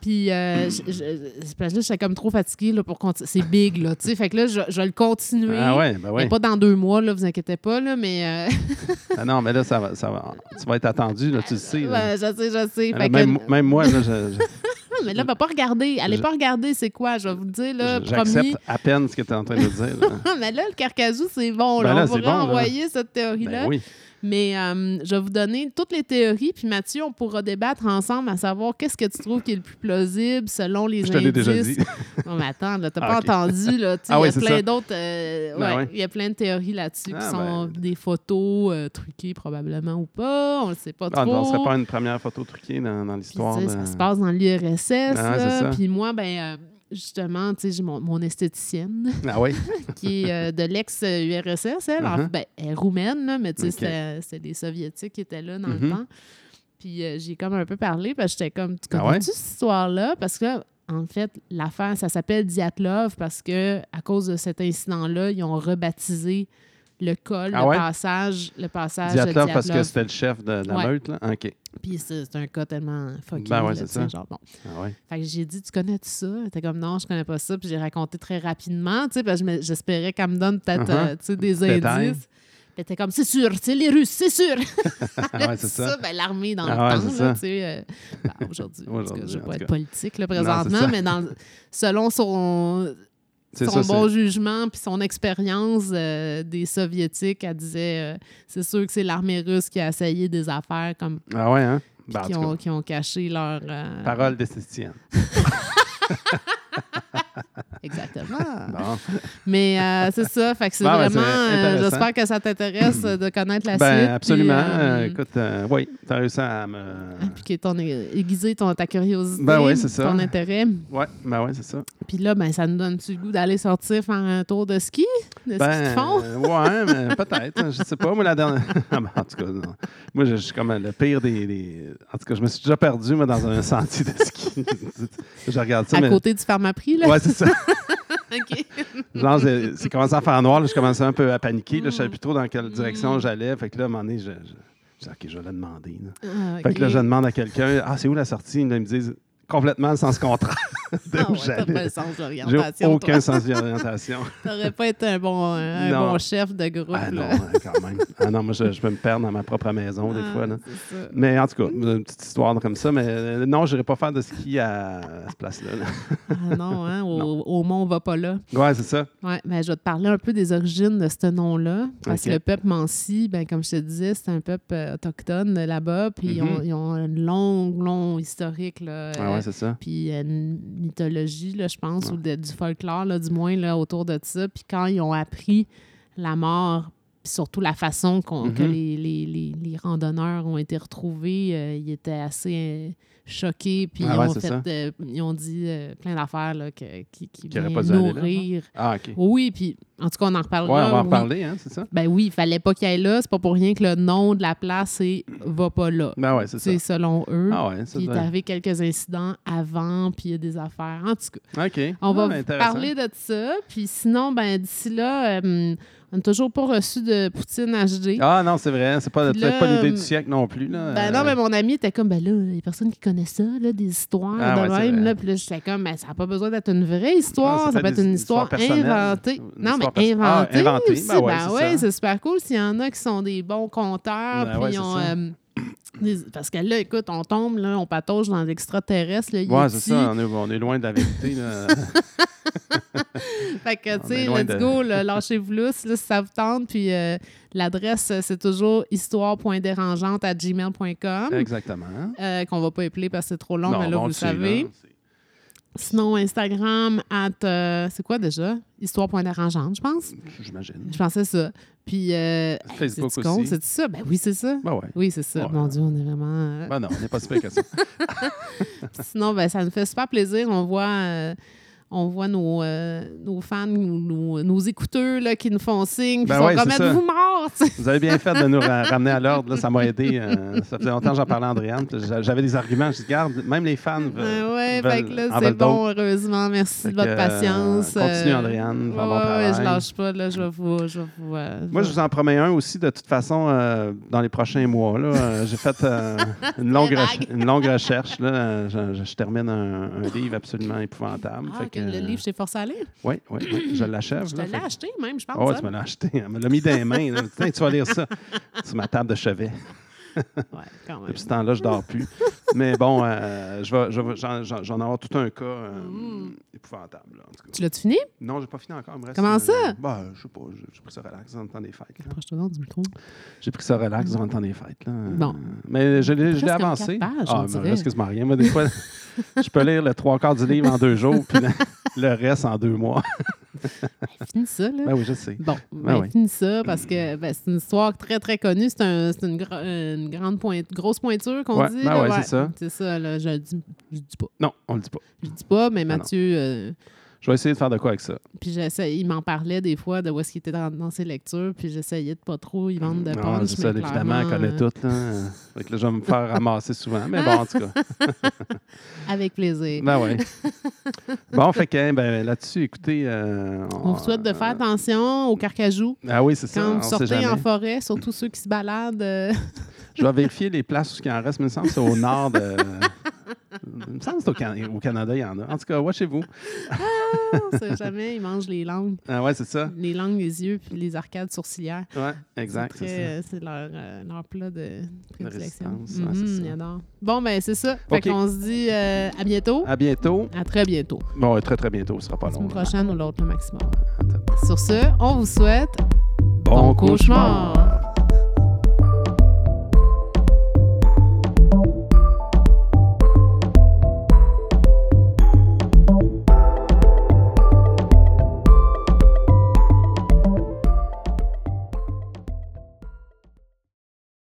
Puis, euh, je- je- je- parce que là, j'étais comme trop fatiguée là, pour continuer. C'est big, là. tu sais. Fait que là, je, je vais le continuer. Ah ouais, ben Mais ouais. Pas dans deux mois, là, vous inquiétez pas, là, mais euh, Ah non, mais là, ça va, ça va, tu vas être attendu, là, tu le sais. là. ouais, je sais, je sais. Là, Fait que- même, même moi, là, je- je- Ah, mais là, va pas regarder. Allez Je- pas regarder c'est quoi, je vais vous le dire, là, je- promis. j'accepte à peine ce que tu es en train de dire. là. Ah, mais là, le carcajou, c'est bon. Ben là, là, on c'est pourrait bon, là. envoyer cette théorie-là. Ben oui. Mais euh, je vais vous donner toutes les théories, puis Mathieu, on pourra débattre ensemble à savoir qu'est-ce que tu trouves qui est le plus plausible selon les Je te indices. l'ai déjà dit. Non, mais attends, là, t'as Ah, pas ok. entendu, là. tu sais, Ah Il oui, y a c'est plein ça. d'autres. euh, Ben ouais, ouais. Il y a plein de théories là-dessus qui Ah, sont ben. des photos euh, truquées probablement ou pas. On le sait pas Ah, trop. non, ce serait pas une première photo truquée dans, dans Puis, tu l'histoire. sais, de- Ça Ah, se passe dans l'URSS. c'est là. ça. Puis moi, ben, euh, justement, tu sais, j'ai mon, mon esthéticienne Ah oui, qui est euh, de l'ex-URSS. Elle, Mhm. ben, elle est roumaine, là, mais tu sais, Ok. c'était- c'était des Soviétiques qui étaient là dans le Mhm. temps. Puis euh, j'ai comme un peu parlé, parce que j'étais comme, tu Ah ouais? connais-tu cette histoire-là? Parce que, en fait, l'affaire, ça s'appelle Diatlov parce que à cause de cet incident-là, ils ont rebaptisé le col, Ah le ouais? passage, le passage de Diatlov, parce que Diatlov. c'était le chef de, de la Ouais. meute, là. OK. Puis c'est c'est un cas tellement fucké. Ben ouais, là, c'est tu ça. sais, Genre, bon. Ah ouais. Fait que j'ai dit, tu connais tout ça? Elle était comme, non, je connais pas ça. Puis j'ai raconté très rapidement, tu sais, parce que je me- j'espérais qu'elle me donne peut-être, Uh-huh. euh, tu sais, des Détail. indices. Puis elle était comme, c'est sûr, c'est les Russes, c'est sûr. Ah ouais, c'est ça. ben, l'armée dans Ah le ouais, temps, c'est là, ça. tu sais. euh, ben, aujourd'hui, en tout cas, Aujourd'hui, je ne en vais pas tout être cas. politique, là, c'est présentement, ça. mais dans, selon son, C'est son ça, c'est- bon jugement puis son expérience euh, des Soviétiques, elle disait, euh, c'est sûr que c'est l'armée russe qui a essayé des affaires comme Ah ouais, hein? Ben, en qui, tout ont, cas, qui ont caché leur... euh, Parole d'esthéticienne. Exactement. Bon. Mais euh, c'est ça, fait que c'est Bon, ben, vraiment. c'est euh, intéressant. J'espère que ça t'intéresse euh, de connaître la suite. Ben, puis, absolument. euh, Euh, Écoute, euh, oui, t'as réussi à me. appliquer ton é- aiguiser ton, ta curiosité, Ben oui, c'est ça. ton intérêt. Ouais, ben ouais, c'est ça. Puis là, ben, ça nous donne-tu le goût d'aller sortir faire un tour de ski? De ski de Ben, fond? euh, ouais, mais peut-être. hein, Je sais pas. Moi, la dernière. Ah, ben, en tout cas, non. Moi, je, je suis comme le pire des, des- En tout cas, je me suis déjà perdu, moi, dans un sentier de ski. je regarde ça, à mais. côté du pharmaprix, là? Ouais, c'est ça. OK. Genre, c'est c'est commencé à faire noir. là, je commençais un peu à paniquer. Là, je Mm. savais plus trop dans quelle direction j'allais. Fait que là, à un moment donné, je, je, je dis, OK, je vais le demander. là. Ah, Fait OK. que là, je demande à quelqu'un Ah, c'est où la sortie Là, Ils me disent complètement le sens contraire de Ah où ouais, t'as pas j'allais. le sens J'ai d'orientation. aucun Aucun... sens d'orientation. T'aurais pas été un bon, un Non. bon chef de groupe. Ah non, là. hein, quand même. Ah non, moi, je, je peux me perdre dans ma propre maison des Ah, fois. Là. c'est ça. Mais en tout cas, une petite histoire comme ça. Mais euh, non, je n'irai pas faire de ski à, à cette place-là. là. Ah non, hein, au, au mont, on va pas là. Ouais, c'est ça. Oui, ben, je vais te parler un peu des origines de ce nom-là. Parce Ok. que le peuple Mansi, ben, comme je te disais, c'est un peuple euh, autochtone euh, là-bas. Puis ils ont- Mhm. ils, ont, une longue, longue historique. Là, Ah euh, ouais, c'est ça. puis euh, une mythologie, là, je pense, Ouais. ou de- du folklore, là, du moins, là, autour de ça. Puis quand ils ont appris la mort, puis surtout la façon qu'on- que Mhm. les, les- les- les randonneurs ont été retrouvés, euh, ils étaient assez euh, choqués. Puis Ah ils, ouais, ont c'est fait, ça. euh, ils ont dit euh, plein d'affaires là, que- qui, qui Qui auraient viennent pas dû aller là, nourrir. Ah, OK. Ouais, oui, puis en tout cas, on en on reparlera. va en oui. parler, hein, c'est ça? Ben oui, il fallait pas qu'il aille là. C'est pas pour rien que le nom de la place, c'est Va pas là. Ben ouais, c'est ça. C'est selon eux. Ah ouais, ça Puis il est doit- arrivé quelques incidents avant, puis il y a des affaires. En tout cas, OK. on Ah, va ben, vous intéressant. parler de ça. Puis sinon, ben d'ici là, euh, on n'a toujours pas reçu de Poutine HD. Ah non, c'est vrai. C'est pas, Puis peut-être pas là, l'idée euh, du siècle non plus. Là. Ben non, mais mon ami était comme, ben là, il y a personne qui connaît ça, là, des histoires Ah de ouais, c'est même. vrai. Là, puis là, j'étais comme, ben ça n'a pas besoin d'être une vraie histoire, Ah, ça, peut être des- une des histoire histoires personnelles. inventée. Une Non, mais histoire perso- Ah, inventée. inventée, aussi. ben ouais, Ben c'est ouais, ça. c'est super cool s'il y en a qui sont des bons conteurs, Ben puis ouais, ils c'est ont, ça. euh, des- Parce que là, écoute, on tombe, là, on patauge dans l'extraterrestre, E le Ouais, Yeti. c'est ça. On est, on est loin de la vérité. Là. Fait que, On tu est sais, loin let's de- go, là, lâchez-vous lousse, là, si ça vous tente. Puis euh, l'adresse, euh, c'est toujours histoire.dérangeante à gmail.com. Exactement. euh, qu'on va pas épeler parce que c'est trop long, Non, mais là, bon, vous le c'est- savez. non, c'est- Sinon, Instagram, at, euh, c'est quoi déjà? Histoire.dérangeante, je pense. J'imagine. Je pensais ça. Puis, euh, Facebook c'est-tu con? aussi. C'est-tu ça? Ben oui, c'est ça. Ben ouais. Oui, c'est ça. Ouais. Mon Dieu, on est vraiment... euh, Ben non, on n'est pas super que ça. Sinon, ben, ça nous fait super plaisir. On voit, euh, on voit nos, euh, nos fans, nos, nos- nos écouteurs là, qui nous font signe. Puis Ben ils sont ouais, comme, c'est ça. êtes-vous morts? Tu sais, Vous avez bien fait de nous ra- ramener à l'ordre. là, Ça m'a aidé. euh, ça faisait longtemps que j'en parlais à Andréane. puis j'a- J'avais des arguments. Je dis, garde, même les fans veulent. Ben ouais, veulent- fait que là, en c'est veulent bon, d'autres. heureusement. Merci Fait de votre que, euh, patience. continue, Euh, Andréane, ouais, faire bon ouais, travail. je lâche pas, là, je vais vous... Je vais vous, euh, Moi, je vous en promets un aussi, de toute façon, euh, dans les prochains mois. là. Euh, J'ai fait euh, une, longue Très reche- une longue recherche. là. Euh, Je, je- je termine un, un livre absolument épouvantable. Ah, fait que le livre, je t'ai forcé à lire. Oui, oui, oui, je l'achève. Je te là, fait l'ai que- acheté même, je pense. Oh, hein. tu me l'as acheté. Elle me l'a mis dans les mains. là. Tiens, tu vas lire ça sur ma table de chevet. Ouais, quand même. Depuis ce temps-là, je dors plus. Mais bon, euh, je vais- je vais- j'en j'en- j'en avoir tout un cas euh, épouvantable. là, en tout cas. Mm. Tu l'as-tu fini? Non, j'ai pas fini encore. il me reste, Comment euh, ça? Ben, je sais pas. j'ai- J'ai pris ça relax dans le temps des fêtes. là. Approche-toi donc du micro. J'ai pris ça relax durant le temps des fêtes. Là. Bon. Mais je l'ai je Presque l'ai comme avancé. quatre pages, on ah, mais dirait. là, excuse-moi rien. Moi, des fois, je peux lire le trois quarts du livre en deux jours, puis le, le reste en deux mois. Finis ça, là. Ben oui, je sais. Bon, Ben ben, oui. finis ça parce que ben, c'est une histoire très, très connue. C'est un- c'est une, gra- une grande pointe, grosse pointure qu'on Ouais, dit. ben là, ouais, c'est ça. C'est ça, là, je le dis, je le dis pas. Non, on le dit pas. Je le dis pas, mais Ben non. Mathieu, euh, Je vais essayer de faire de quoi avec ça. Puis j'essaie, il m'en parlait des fois de où est-ce qu'il était dans, dans ses lectures, puis j'essayais de pas trop y vendre de Non, punch. c'est ça, mais évidemment, elle clairement, connaît euh, tout. Là. Fait que là, je vais me faire ramasser souvent. Mais bon, en tout cas. Avec plaisir. Ben ouais. Bon, fait que ben, là-dessus, écoutez. euh, on vous souhaite de faire attention aux carcajou Ah oui, c'est ça. quand on vous sait sortez en jamais. forêt, surtout ceux qui se baladent. euh, Je vais vérifier les places où il en reste, mais il me semble que c'est au nord de. Il me semble que c'est au, Can- au Canada, il y en a. En tout cas, watchez-vous. on sait jamais, ils mangent les langues, Ah ouais, c'est ça. les langues, les yeux, puis les arcades sourcilières. Ouais, exact, C'est c'est très- ça. euh, C'est leur, euh, leur plat de prédilection. résistance, ouais, c'est Mhm, ça. ils adorent. Bon, ben c'est ça. Fait OK. qu'on se dit euh, à bientôt. À bientôt. À très bientôt. Bon, très très bientôt, ce sera pas La long. semaine là. prochaine ou l'autre, le maximum. Attends. Sur ce, on vous souhaite Bon, cauchemar.